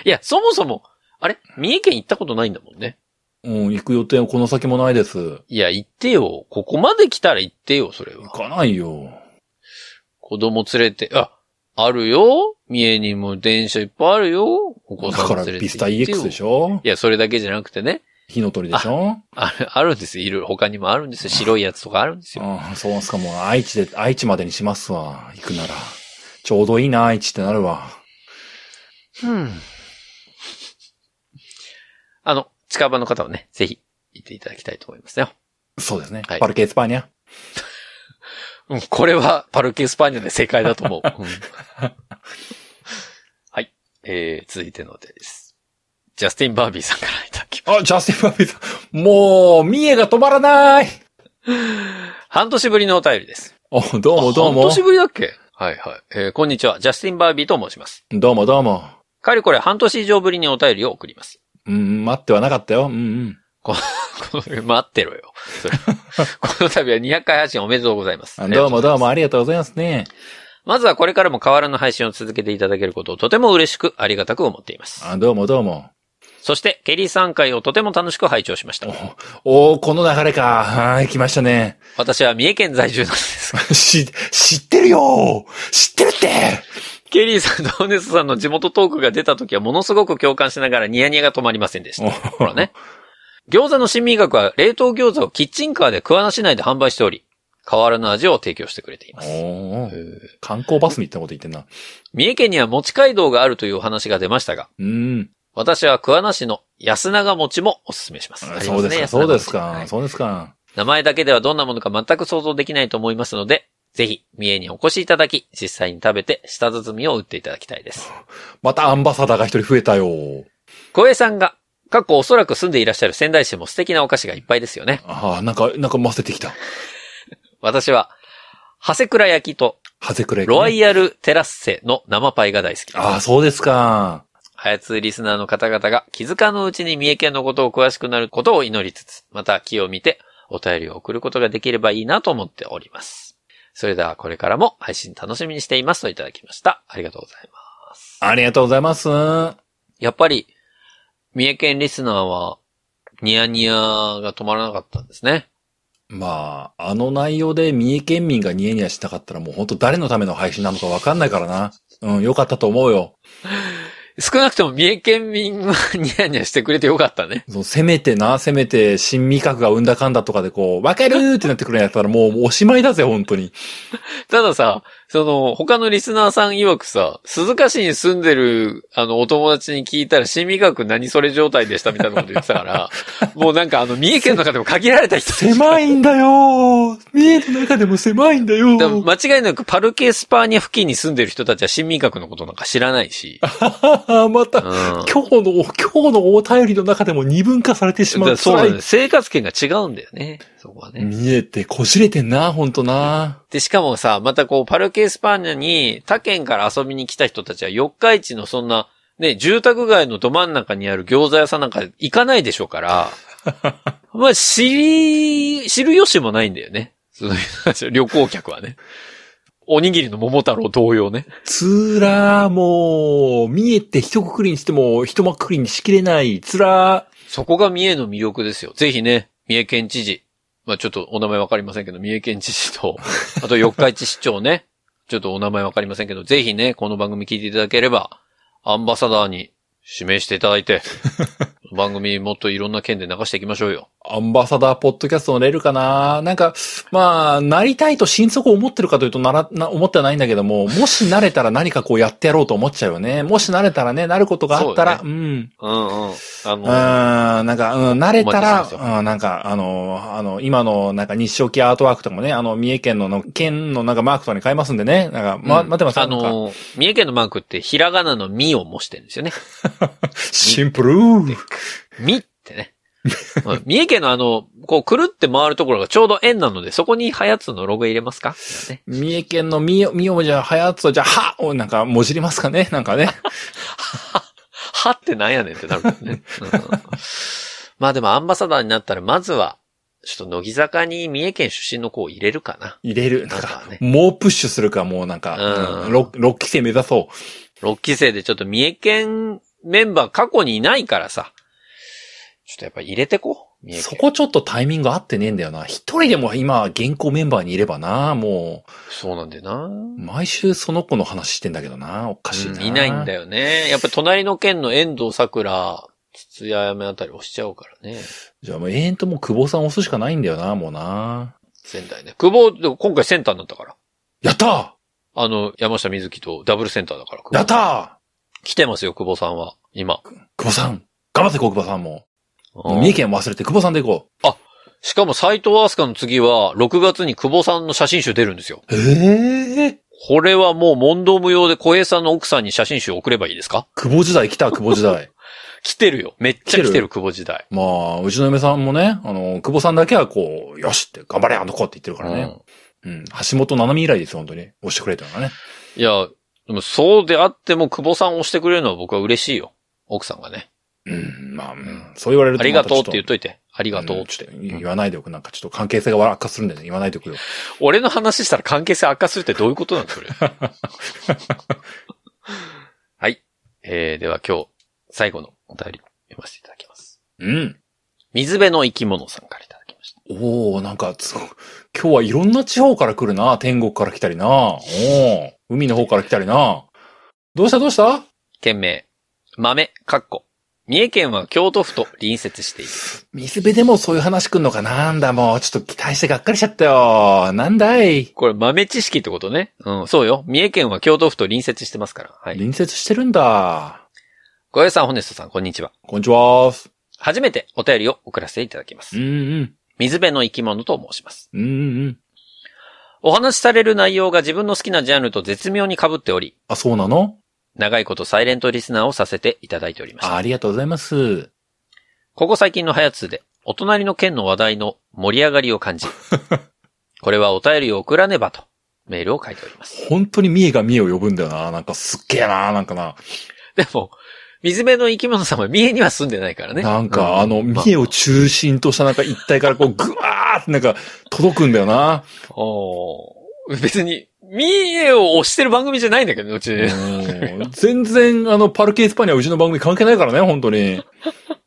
A: いや、そもそも、あれ三重県行ったことないんだもんね。
B: うん、行く予定はこの先もないです。
A: いや、行ってよ。ここまで来たら行ってよ、それ
B: 行
A: は。
B: かないよ。
A: 子供連れて、あ、あるよ。三重にも電車いっぱいあるよ。お子
B: だ
A: さん
B: から、
A: 連れて行
B: ビ
A: っ
B: ス
A: て
B: タ
A: よ。
B: EX でしょ
A: いや、それだけじゃなくてね。
B: 火の鳥でしょ
A: ある、あるんですよ。いろいろ他にもあるんですよ。白いやつとかあるんですよ。
B: うん、そうなんすか、もう愛知で、愛知までにしますわ。行くなら。ちょうどいいな、愛知ってなるわ。
A: うん。あの、近場の方はね、ぜひ、行っていただきたいと思いますよ。
B: そうですね。
A: はい
B: パルケ・エスパーニャ。
A: うん、これは、パルケ・スパーニャで正解だと思う。うんはい。えー、続いてのお手です。ジャスティン・バービーさんからいただき
B: あ、ジャスティン・バービーさん。もう、三重が止まらない
A: 半年ぶりのお便りです。
B: お、どうもどう
A: 半
B: も。
A: 年ぶりだっけはいはい。えーこんにちは。ジャスティン・バービーと申します。
B: どうもどうも。
A: かれこれ半年以上ぶりにお便りを送ります。 *laughs*
B: うん、待ってはなかったよ。うんうん。
A: この待ってろよ。それ
B: *laughs*
A: この度は200回配信おめでとうございます。
B: あどうもどうも
A: ありがとございます。
B: ありがとうございますね。
A: まずはこれからも変わらぬ配信を続けていただけることをとても嬉しくありがたく思っています。
B: あどうもどうも。
A: そして、ケリーさん回をとても楽しく拝聴しました。
B: おー、この流れか。はい、来ましたね。 *laughs*
A: 私は三重県在住なんですが、
B: し、知ってるよ知ってるって
A: ケリーさんとオネスさんの地元トークが出た時はものすごく共感しながらニヤニヤが止まりませんでした。ほらね。餃子の新味学は冷凍餃子をキッチンカーで桑名市内で販売しており、変わらぬ味を提供してくれてい
B: お
A: ます。
B: ー、観光バスみたいなこと言ってんな。
A: 三重県には餅街道があるというお話が出ましたが、
B: うん。
A: 私は桑名市の安永餅もおすすめします。ありま
B: そうですか、
A: 安
B: そ
A: 永
B: う
A: 餅
B: です
A: は
B: か、
A: い
B: そうですか。
A: 名前だけではどんなものか全く想像できないと思いますので、ぜひ、三重にお越しいただき、実際に食べて、舌包みを打っていただきたいです。
B: またアンバサダーが一人増えたよ。
A: 小江さんが、過去おそらく住んでいらっしゃる仙台市も素敵なお菓子がいっぱいですよね。
B: ああ、なんか、なんか混ぜてきた。
A: 私は、長谷倉焼きと、
B: ハゼクレイ、
A: ロワイヤルテラッセの生パイが大好きです。
B: ああ、そうですか。
A: ハヤツーリスナーの方々が気づかぬうちに三重県のことを詳しくなることを祈りつつ、また木を見てお便りを送ることができればいいなと思っております。それではこれからも配信楽しみにしていますといただきました。ありがとうございます。
B: ありがとうございます。
A: やっぱり、三重県リスナーはニヤニヤが止まらなかったんですね。
B: まあ、あの内容で三重県民がニヤニヤしたかったらもう本当誰のための配信なのかわかんないからな。うん、よかったと思うよ。
A: 少なくとも三重県民はニヤニヤしてくれてよかったね。
B: そうせめてな、せめて新味覚が生んだかんだとかでこう、わかるーってなってくるんやったらもうもうおしまいだぜ、本当に。
A: たださ、その、他のリスナーさん曰くさ、鈴鹿市に住んでる、あの、お友達に聞いたら、新味覚何それ状態でしたみたいなこと言ってた
B: *laughs*
A: から、もうなんかあの、三重県の中でも限られた人
B: 狭いんだよー三重の中でも狭いんだよ
A: だから
B: ー
A: 間違いなくパルケ・スパーニャ付近に住んでる人たちは新味覚のことなんか知らないし。
B: *laughs* あーまた、
A: う
B: *laughs*
A: ん
B: 今日の、今日のお便りの中でも二分化されてし
A: だか
B: ま
A: ら
B: う。
A: そうなんだ
B: 辛
A: よ
B: い
A: 生活圏が違うんだよね。そこはね。
B: 見えてこじれてんな、ほんとな。
A: で、しかもさ、またこう、パルケ・スパーニャに他県から遊びに来た人たちは、四日市のそんな、ね、住宅街のど真ん中にある餃子屋さんなんか行かないでしょうから、まあ、知り、知るしもないんだよね。その人たちは旅行客はね。おにぎりの桃太郎同様ね。
B: つらー、もう、見えて一括りにしても、一まくりにしきれない、つら
A: そこが三重の魅力ですよ。ぜひね、三重県知事。まあちょっとお名前わかりませんけど、三重県知事
B: *laughs*
A: と、あと四日市市長ね。ちょっとお名前わかりませんけど、ぜひね、この番組聞いていただければ、アンバサダーに指名していただい
B: *laughs*
A: て、番組もっといろんな県で流していきましょうよ。
B: ー。アンバサダーポッドキャストのレールかななんか、まあ、なりたいと心底思ってるかというとなら、な、思ってはないんだけども、もし慣れたら何かこうやってやろうと思っちゃうよね。もし慣れたらね、なることがあったら、。
A: そううんうんうん。あの、
B: うん、なんか、うん、慣れた
A: お待ちしてます
B: ら、うん、なんか、あの、あの、今の、なんか、日照記アートワークとかもね、あの、三重県のの、県のなんかマークとかに変えますんでね、なんか、ま、
A: うん
B: 待ってます
A: あ
B: なんか
A: の、三重県のマークってひらがなのみを模してるんですよね。
B: シンプルー
A: みって
B: *laughs*
A: ね。うん三重県のあの、こう、くるって回るところがちょうど円なので、そこにハヤツのロゴ入れますか、ね、
B: 三重県のみよ、みよじゃ、はやつをじゃ、はをなんか、もじりますかねなんかね。
A: *laughs* はってなんやねんってなるからね。うんまあでもアンバサダーになったら、まずは、ちょっと乃木坂に三重県出身の子を入れるかな。
B: 入
A: *laughs*
B: れる。
A: な
B: なんん
A: か
B: か
A: ね、
B: もうプッシュするか、もうなんか、
A: うん
B: うん、6、六期生目指そう。
A: 6期生でちょっと三重県メンバー過去にいないからさ、ちょっとやっぱ入れてこう。三重県
B: そこちょっとタイミング合ってねえんだよな。一人でも今、現行メンバーにいればな、も
A: そうなんだよな。
B: う、毎週その子の話してんだけどな、おかしいな。
A: うんいないんだ
B: よ。
A: よね。やっぱ隣の県の遠藤桜、筒谷やめあたり押しちゃうからね。
B: じゃあもう永遠ともう久保さん押すしかないんだよな、もうな。
A: 仙台ね。久保、でも今回センターになったから。
B: やったー
A: あの、山下美月とダブルセンターだから。久保
B: やった
A: 来てますよ、久保さんは。今。
B: ー久保さん頑張ってこう、久保さんも。
A: うん
B: 三重県忘れて久保さんでいこ
A: しかも斎藤飛鳥の次は、6月に久保さんの写真集出るんですよ。
B: う。ええー。
A: これはもう問答無用で小平さんの奥さんに写真集送ればいいですか
B: 久保時代来た、久保時代。 *laughs*
A: 来てるよ。めっちゃ来
B: 来
A: て
B: て
A: る、
B: る
A: 久保時代。
B: まあ、うちの嫁さんもね、あの、久保さんだけはこう、よしって、頑張れ、あの子って言ってるからね。うん。橋本七海以来ですよ、本当に。押してくれたのがね。
A: うんいや、でもそうであっても久保さんを押してくれるのは僕は嬉しいよ。奥さんがね。
B: うん、まあ、うん、そう言われる
A: ありがとうって言っ
B: う。
A: といて。あり
B: あ
A: がとう。
B: ちょっと言わないでおく。なんかちょっと関係性が悪化するんでね、言わないでおくよ。
A: 俺の話したら関係性悪化するってどういうことなんそれ。
B: *laughs*
A: はい。えー、では今日、最後のお便り読ませていただきます。
B: うん。
A: 水辺の生き物さんからいただきました。
B: おおなんか、つ今日はいろんな地方から来るな。天国から来たりな。おお海の方から来たりな。どうしたどうした
A: 件名、豆、かっこ。三重県は京都府と隣接している。
B: 水辺でもそういう話来んのかなんだ、もう。ちょっと期待してがっかりしちゃったよ。なんだい。
A: これ豆知識ってことね。うん、そうよ。三重県は京都府と隣接してますから。はい。
B: 隣接してるんだ。
A: 小林さん、ホネストさん、こんにちは。
B: こんにちは。
A: 初めてお便りを送らせていただきま
B: う
A: す。
B: んうん。
A: 水辺の生き物と申します。
B: うんうん。
A: お話しされる内容が自分の好きなジャンルと絶妙に被っており、
B: あ、そうなの
A: 長いことサイレントリスナーをさせていただいておりまし
B: あ
A: た。
B: ありがとうございます。
A: ここ最近のハヤツーで、お隣の県の話題の盛り上がりを感
B: *laughs*
A: じ、これはお便りを送らねばと、メールを書いております。
B: 本当に三重が三重を呼ぶんだよな。なんかすっげえな、なんかな。
A: *laughs* でも、水辺の生き物様、三重には住んでないからね。
B: なん
A: う
B: かあの、三重を中心としたなんか一体からこう、ぐわーってなんか届くんだよな。
A: おー別に、三重を推してる番組じゃないんだけどね、うち。 *laughs*
B: うん全然あの、パルケースパニアはうちの番組関係ないからね、本当に。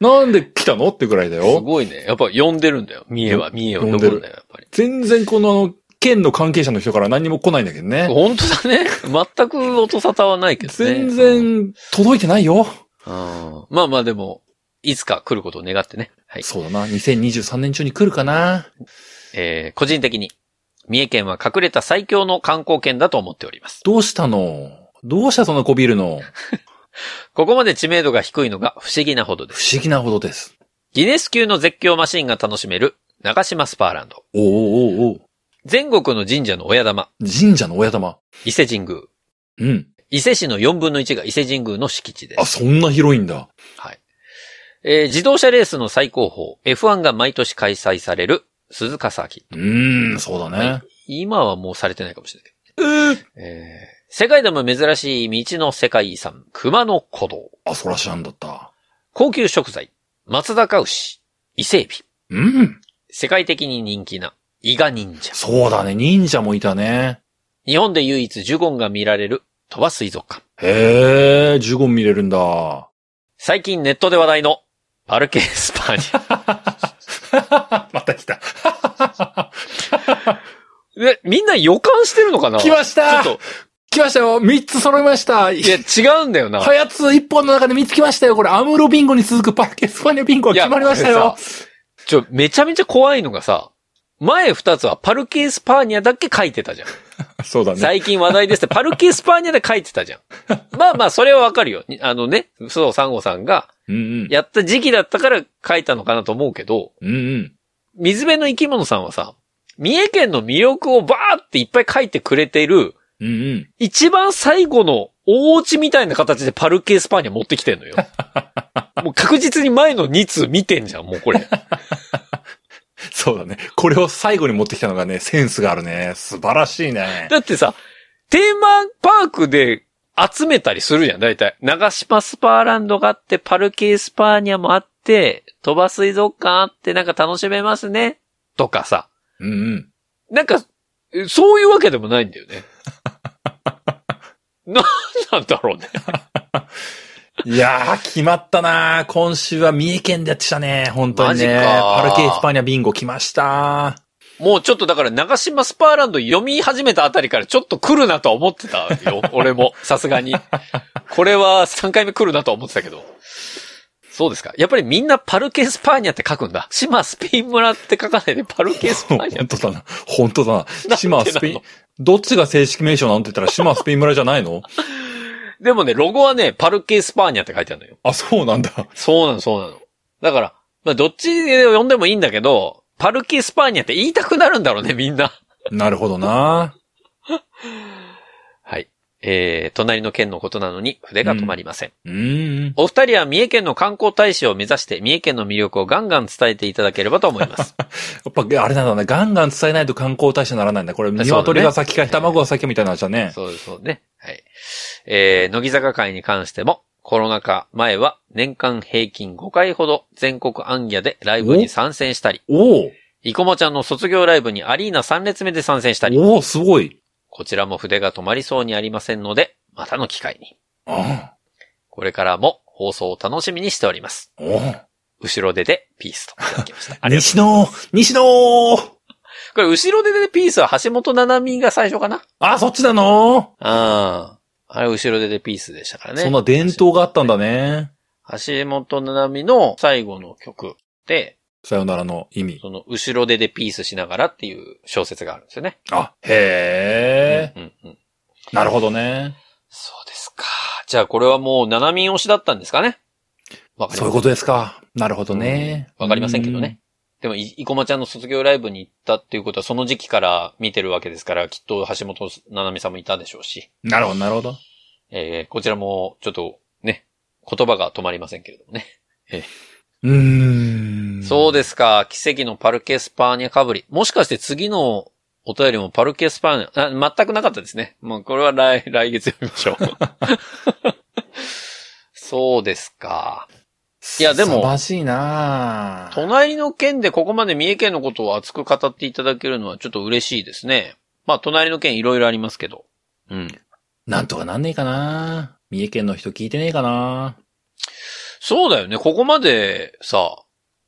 B: なんで来たのってぐらいだ
A: *laughs* す
B: よ。
A: ごいね。やっぱ呼んでるんだよ。三重は、三重は
B: 呼
A: ど
B: ん
A: こ
B: で
A: ろ
B: る
A: だよ、やっぱり。
B: 全然このあの、県の関係者の人から何にも来ないんだけどね。
A: 本当だね。全く音沙汰はないけどね。
B: 全
A: うん。
B: 然届いてないよ。
A: まあまあでも、いつか来ることを願ってね。はい。
B: そうだな。2023年中に来るかな。
A: えー個人的に、三重県は隠れた最強の観光県だと思っております。
B: どうしたのどうしたそのこびるの
A: ここまで知名度が低いのが不思議なほどです。
B: 不思議なほどです。
A: ギネス級の絶叫マシンが楽しめる、中島スパーランド。
B: おおおうおう
A: 全国の神社の親玉、
B: 神社の親玉。
A: 伊勢神宮。
B: うん。
A: 伊勢市の4分の1が伊勢神宮の敷地で
B: あ、
A: す。
B: そんな広いんだ。
A: はい。えー自動車レースの最高峰、F1 が毎年開催される、鈴鹿サーキット
B: うーん、そうだね。
A: はい今はもうされてないかもしれないけ
B: えー
A: ど。えー世界でも珍しい道の世界遺産、熊野古道。
B: あ、そらしなんだった。
A: 高級食材、松坂牛、伊勢海老。
B: うん。
A: 世界的に人気な、伊賀忍者。
B: そうだね。忍者もいたね。
A: 日本で唯一ジュゴンが見られる、鳥羽水族館。
B: へえ、ジュゴン見れるんだ。
A: 最近ネットで話題の、パルケ・エスパーニ *laughs* ャ。
B: *laughs* また来た。
A: え、みんな予感してるのかな
B: 来ました
A: ちょっ
B: 来ましたよ !3 つ揃いました
A: と、いや、違うんだよな。
B: はやつ1本の中で3つ来ましたよこれ、アムロビンゴに続くパルケスパニャビンゴが決まりました
A: いや
B: よ
A: こちょ、めちゃめちゃ怖いのがさ、前二つはパルケ・エスパーニャだけ書いてたじゃん。
B: そうだ。
A: 最近話題ですって、パルケ・エスパーニャで書いてたじ
B: *laughs*
A: ゃん。まあまあ、それはわかるよ。にあのね、須藤三吾さんが、
B: うんうん。
A: やった時期だったから書いたのかなと思うけど、
B: うんうん。
A: 水辺の生き物さんはさ、三重県の魅力をバーっていっぱい書いてくれてる、
B: うんうん。
A: 一番最後の大落ちみたいな形でパルケ・エスパーニャ持ってきてんのよ。もう確実に前の2通見てんじゃん、もうこれ。
B: そうだね。これを最後に持ってきたのがね、センスがあるね。素晴らしいね。
A: だってさ、テーマパークで集めたりするじゃん、大体。長島スパーランドがあって、パルケ・エスパーニャもあって、鳥羽水族館あって、なんか楽しめますね。とかさ。
B: うんうん。
A: なんか、えそういうわけでもないんだよね。なんなんだろうね。
B: いやー、決まったなー今週は三重県でやってたね。本当にね。
A: マジかー
B: パルケスパニャビンゴ来ました
A: もうちょっとだから長島スパーランド読み始めたあたりからちょっと来るなとは思ってたよ。俺も、さすがに。これは3回目来るなとは思ってたけど。そうですか。やっぱりみんなパルケ・スパーニャって書くんだ。島スペイン村って書かないでパルケ・スパーニャ
B: *laughs* 本
A: って
B: 当だな。本当だな。島スペイ
A: なんでな
B: ン
A: の、
B: どっちが正式名称なんて言ったら島スペイン村じゃないの *laughs*
A: でもね、ロゴはね、パルケ・スパーニャって書いてあるのよ。
B: あ、そうなんだ。
A: そうなの、そうなの。だから、まあ、どっちで読んでもいいんだけど、パルケ・スパーニャって言いたくなるんだろうね、みんな。
B: なるほどな。
A: はい。えー、隣の県のことなのに筆が止まりません。
B: うーん。
A: お二人は三重県の観光大使を目指して三重県の魅力をガンガン伝えていただければと思い
B: *laughs*
A: ます。
B: やっぱ、あれなんだね。ガンガン伝えないと観光大使にならないんだ。これ、
A: ね
B: 鶏が先か、卵が先かみたいな話だね。
A: そうですそうね。はい。えー、乃木坂会に関しても、コロナ禍前は年間平均5回ほど全国アンギャでライブに参戦したり、
B: おお
A: 生駒ちゃんの卒業ライブにアリーナ3列目で参戦したり、
B: おおすごい。
A: こちらも筆が止まりそうにありませんので、またの機会に。
B: あ
A: これからも放送を楽しみにしております。
B: あおお
A: 後ろ手でピースといただきました。ありがとう
B: 西野西野
A: これ後ろ手でピースは橋本七海が最初かな
B: あ、そっちなの、
A: ああ。あれ、後ろ手でピースでしたからね。
B: そんな伝統があったんだね。
A: 橋本七海の最後の曲で、
B: さよならの意味。
A: その、後ろ手でピースしながらっていう小説があるんですよね。
B: あ、へえ、
A: うんうん。
B: なるほどね。
A: そうですか。じゃあ、これはもう七海推しだったんですかねわかりません
B: そういうことですか。なるほどね。
A: わかりませんけどね。でも、い、生駒ちゃんの卒業ライブに行ったっていうことは、その時期から見てるわけですから、きっと橋本七海さんもいたでしょうし、
B: うん。なるほど、なるほど。
A: えー、こちらも、ちょっと、ね、言葉が止まりませんけれどもね。
B: うーん。
A: そう
B: で。
A: ですか。奇跡のパルケ・スパーニャかぶり。もしかして次のお便りもパルケ・スパーニャ、あ全くなかったですね。もうこれは来、来月読みましょう。そうですか。いやでも
B: らしいなぁ
A: 隣の県でここまで三重県のことを熱く語っていただけるのはちょっと嬉しいですね。まあ、隣の県いろいろありますけど。うん。
B: なんとかなんねえかな三重県の人聞いてねえかな
A: そうだよね。ここまでさ、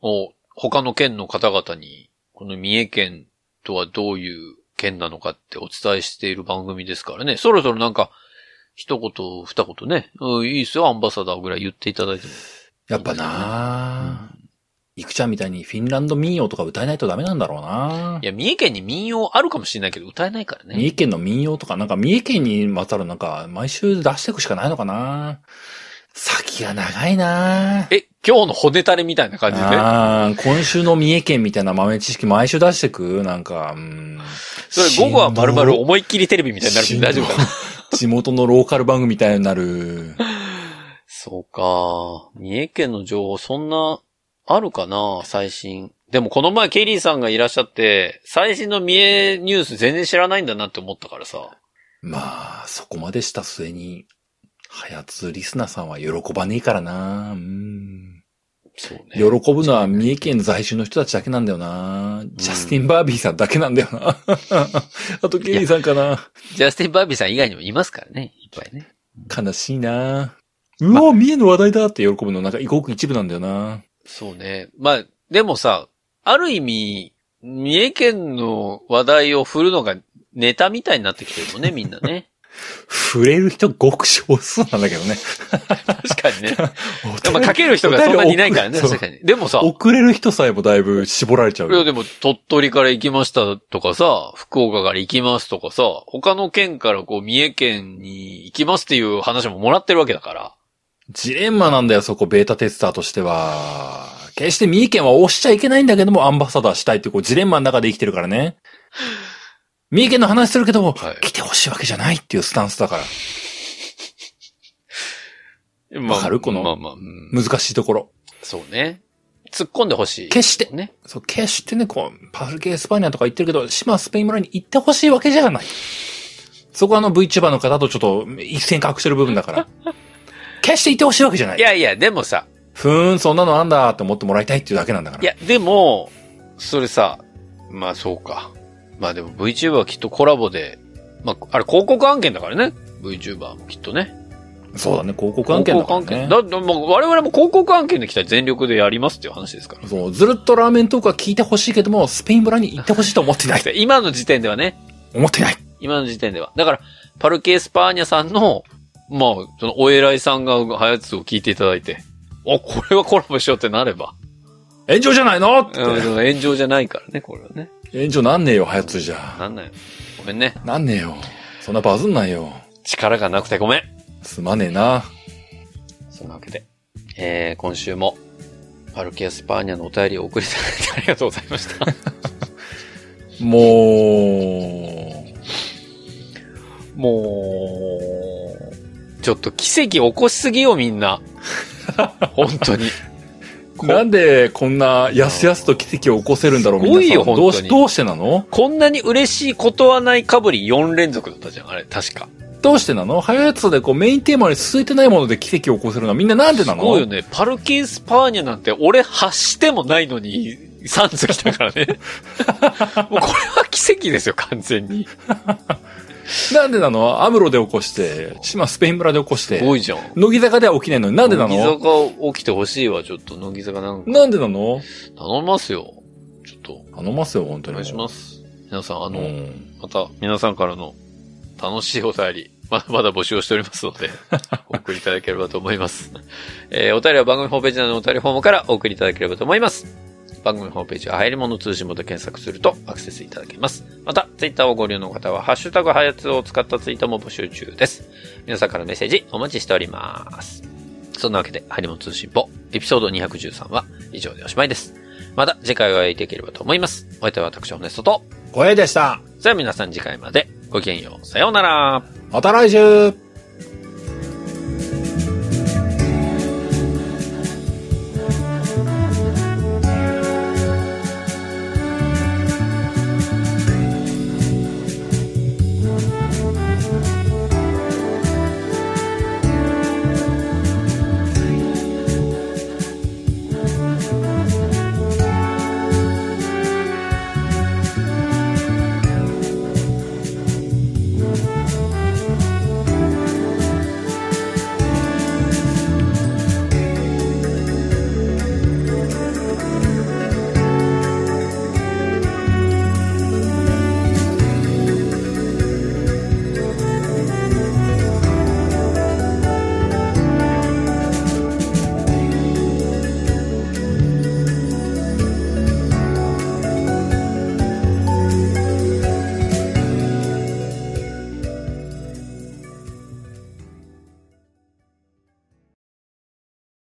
A: もう他の県の方々に、この三重県とはどういう県なのかってお伝えしている番組ですからね。そろそろなんか、一言、二言ね。うん、いいっすよ、アンバサダーぐらい言っていただいても。
B: やっぱなぁ、いくちゃんみたいにフィンランド民謡とか歌えないとダメなんだろうない
A: や、三重県に民謡あるかもしれないけど、歌えないから
B: 三
A: ね。
B: 重県の民謡とか、なんか三重県にまつわるなんか、毎週出していくしかないのかな先が長いな
A: え、今日の骨垂れみたいな感じでね。
B: あー今週の三重県みたいな豆知識毎週出してくなんか、うん。
A: それ午後はまるまる
B: しんど
A: 思いっきりテレビみたいになるけど大丈夫かな
B: *laughs* 地元のローカル番組みたいになる。
A: そうか。三重県の情報そんな、あるかな最新。でもこの前ケリーさんがいらっしゃって、最新の三重ニュース全然知らないんだなって思ったからさ。
B: まあ、そこまでした末に、はやつリスナーさんは喜ばねえからなうん。
A: そうね。
B: 喜ぶのは三重県在住の人たちだけなんだよなジャスティン・バービーさんだけなんだよな *laughs* あとケリーさんかな
A: ジャスティン・バービーさん以外にもいますからね。いっぱいね。
B: 悲しいなうわ、三重の話題だって喜ぶの、なんか、ごく一部なんだよな
A: そうね。まあ、でもさ、ある意味、三重県の話題を振るのがネタみたいになってきてるもんね、みんなね。
B: 触れる人ごく少数なんだけどね。
A: *laughs* 確かに *laughs* ね。
B: お
A: ま
B: 便
A: あ、
B: り
A: かける人がそんなにいないからね、
B: そう
A: 確かに。でもさ、い
B: 遅れる人さえもだいぶ絞られちゃう
A: や
B: よ。
A: でも、鳥取から行きましたとかさ、福岡から行きますとかさ、他の県からこう、三重県に行きますっていう話ももらってるわけだから。
B: ジレンマなんだよ、そこ、ベータテスターとしては。決して三重県は押しちゃいけないんだけども、アンバサダーしたいって、こう、ジレンマの中で生きてるからね。三重県の話するけども、
A: はい
B: 来てほしいわけじゃないっていうスタンスだから。
A: まあ
B: わかるこの
A: まあまあ、うん
B: 難しいところ。
A: そうね。突っ込んでほしい。
B: 決して
A: ね。
B: そう、決してね、こう、パルケ・エスパーニャとか言ってるけど、島スペイン村に行ってほしいわけじゃない。そこはあの VTuber の方とちょっと一線隠してる部分
A: *laughs*
B: だから。決して行ってほしいわけじゃない
A: い。やいや、でもさ、
B: ふーん、そんなのあんだって思ってもらいたいっていうだけなんだから。
A: いや、でも、それさ、まあそうか。まあでも VTuber はきっとコラボで、まあ、あれ広告案件だからね。VTuber もきっとね。
B: そうだね、広告案件だから
A: 広告
B: ね
A: 案件。だってもう我々も広告案件で来たら全力でやりますっていう話ですから。
B: そう、ずるっとラーメントークは聞いてほしいけども、スペイン村に行ってほしいと思っ
A: *laughs*
B: てない。
A: 今の時点ではね。
B: 思ってない。
A: 今の時点では。だから、パルケ・エスパーニャさんの、まあ、そのお偉いさんがハヤツを聞いていただいて、あ、これはコラボしようってなれば。
B: 炎上じゃないのって。
A: うんその炎上じゃないからね、これはね。
B: 炎上なんねえよ、はやつじゃ。
A: なんない。ごめんね。
B: なんねえよ。そんなバズんないよ。
A: 力がなくてごめん。
B: すまねえな。
A: そんなわけで、えー、今週も、パルケ・エスパーニャのお便りを送りいただいてありがとうございました。
B: もう、
A: *laughs* もう、ちょっと奇跡起こしすぎよ、みんな。本当に。こ
B: なんでこんなやすやすと奇跡を起こせるんだろう、
A: すごいよ
B: 皆さんど
A: 本
B: う
A: 当
B: し
A: に
B: どうしてなの
A: こんなに嬉しいことはないかぶり4連続だったじゃん、あれ、確か。
B: どうしてなの早やつでこうメインテーマに続いてないもので奇跡を起こせるのはみんななんでなの
A: そうよね。パルケ・エスパーニャなんて、俺発してもないの *laughs* に、3つ来たから *laughs* ね。もうこれは奇跡ですよ、完全に。
B: なんでなのアムロで起こして、島スペイン村で起こし
A: す
B: て、
A: ごいじゃん。
B: 乃木坂では起きないのになんでな
A: 乃木
B: の
A: 坂起きてほしいわ、ちょっと。乃木坂なんか。
B: なんでなの
A: 頼みますよ。ちょっと、
B: 頼ますよ、本当
A: お
B: に。
A: 願いします。皆さん、あ
B: あ
A: の、
B: の、
A: また、皆さんからの楽しいお便り、まだまだ募集をしておりますので、 *laughs* お送りいただければと思います。えーお便りは番組ホームページなどのお便りフォームからお送りいただければと思います。番組ホームページは、はやりもの通信簿で検索するとアクセスいただけます。また、ツイッターをご利用の方は、ハッシュタグはやつを使ったツイートも募集中です。皆さんからのメッセージお待ちしております。そんなわけで、はやりもの通信簿、エピソード213は以上でおしまいです。また次回お会いできればと思います。お相手は私、ホネストと、
B: 声でした。
A: それでは皆さん次回までごきげんよう。さようなら。
B: また来週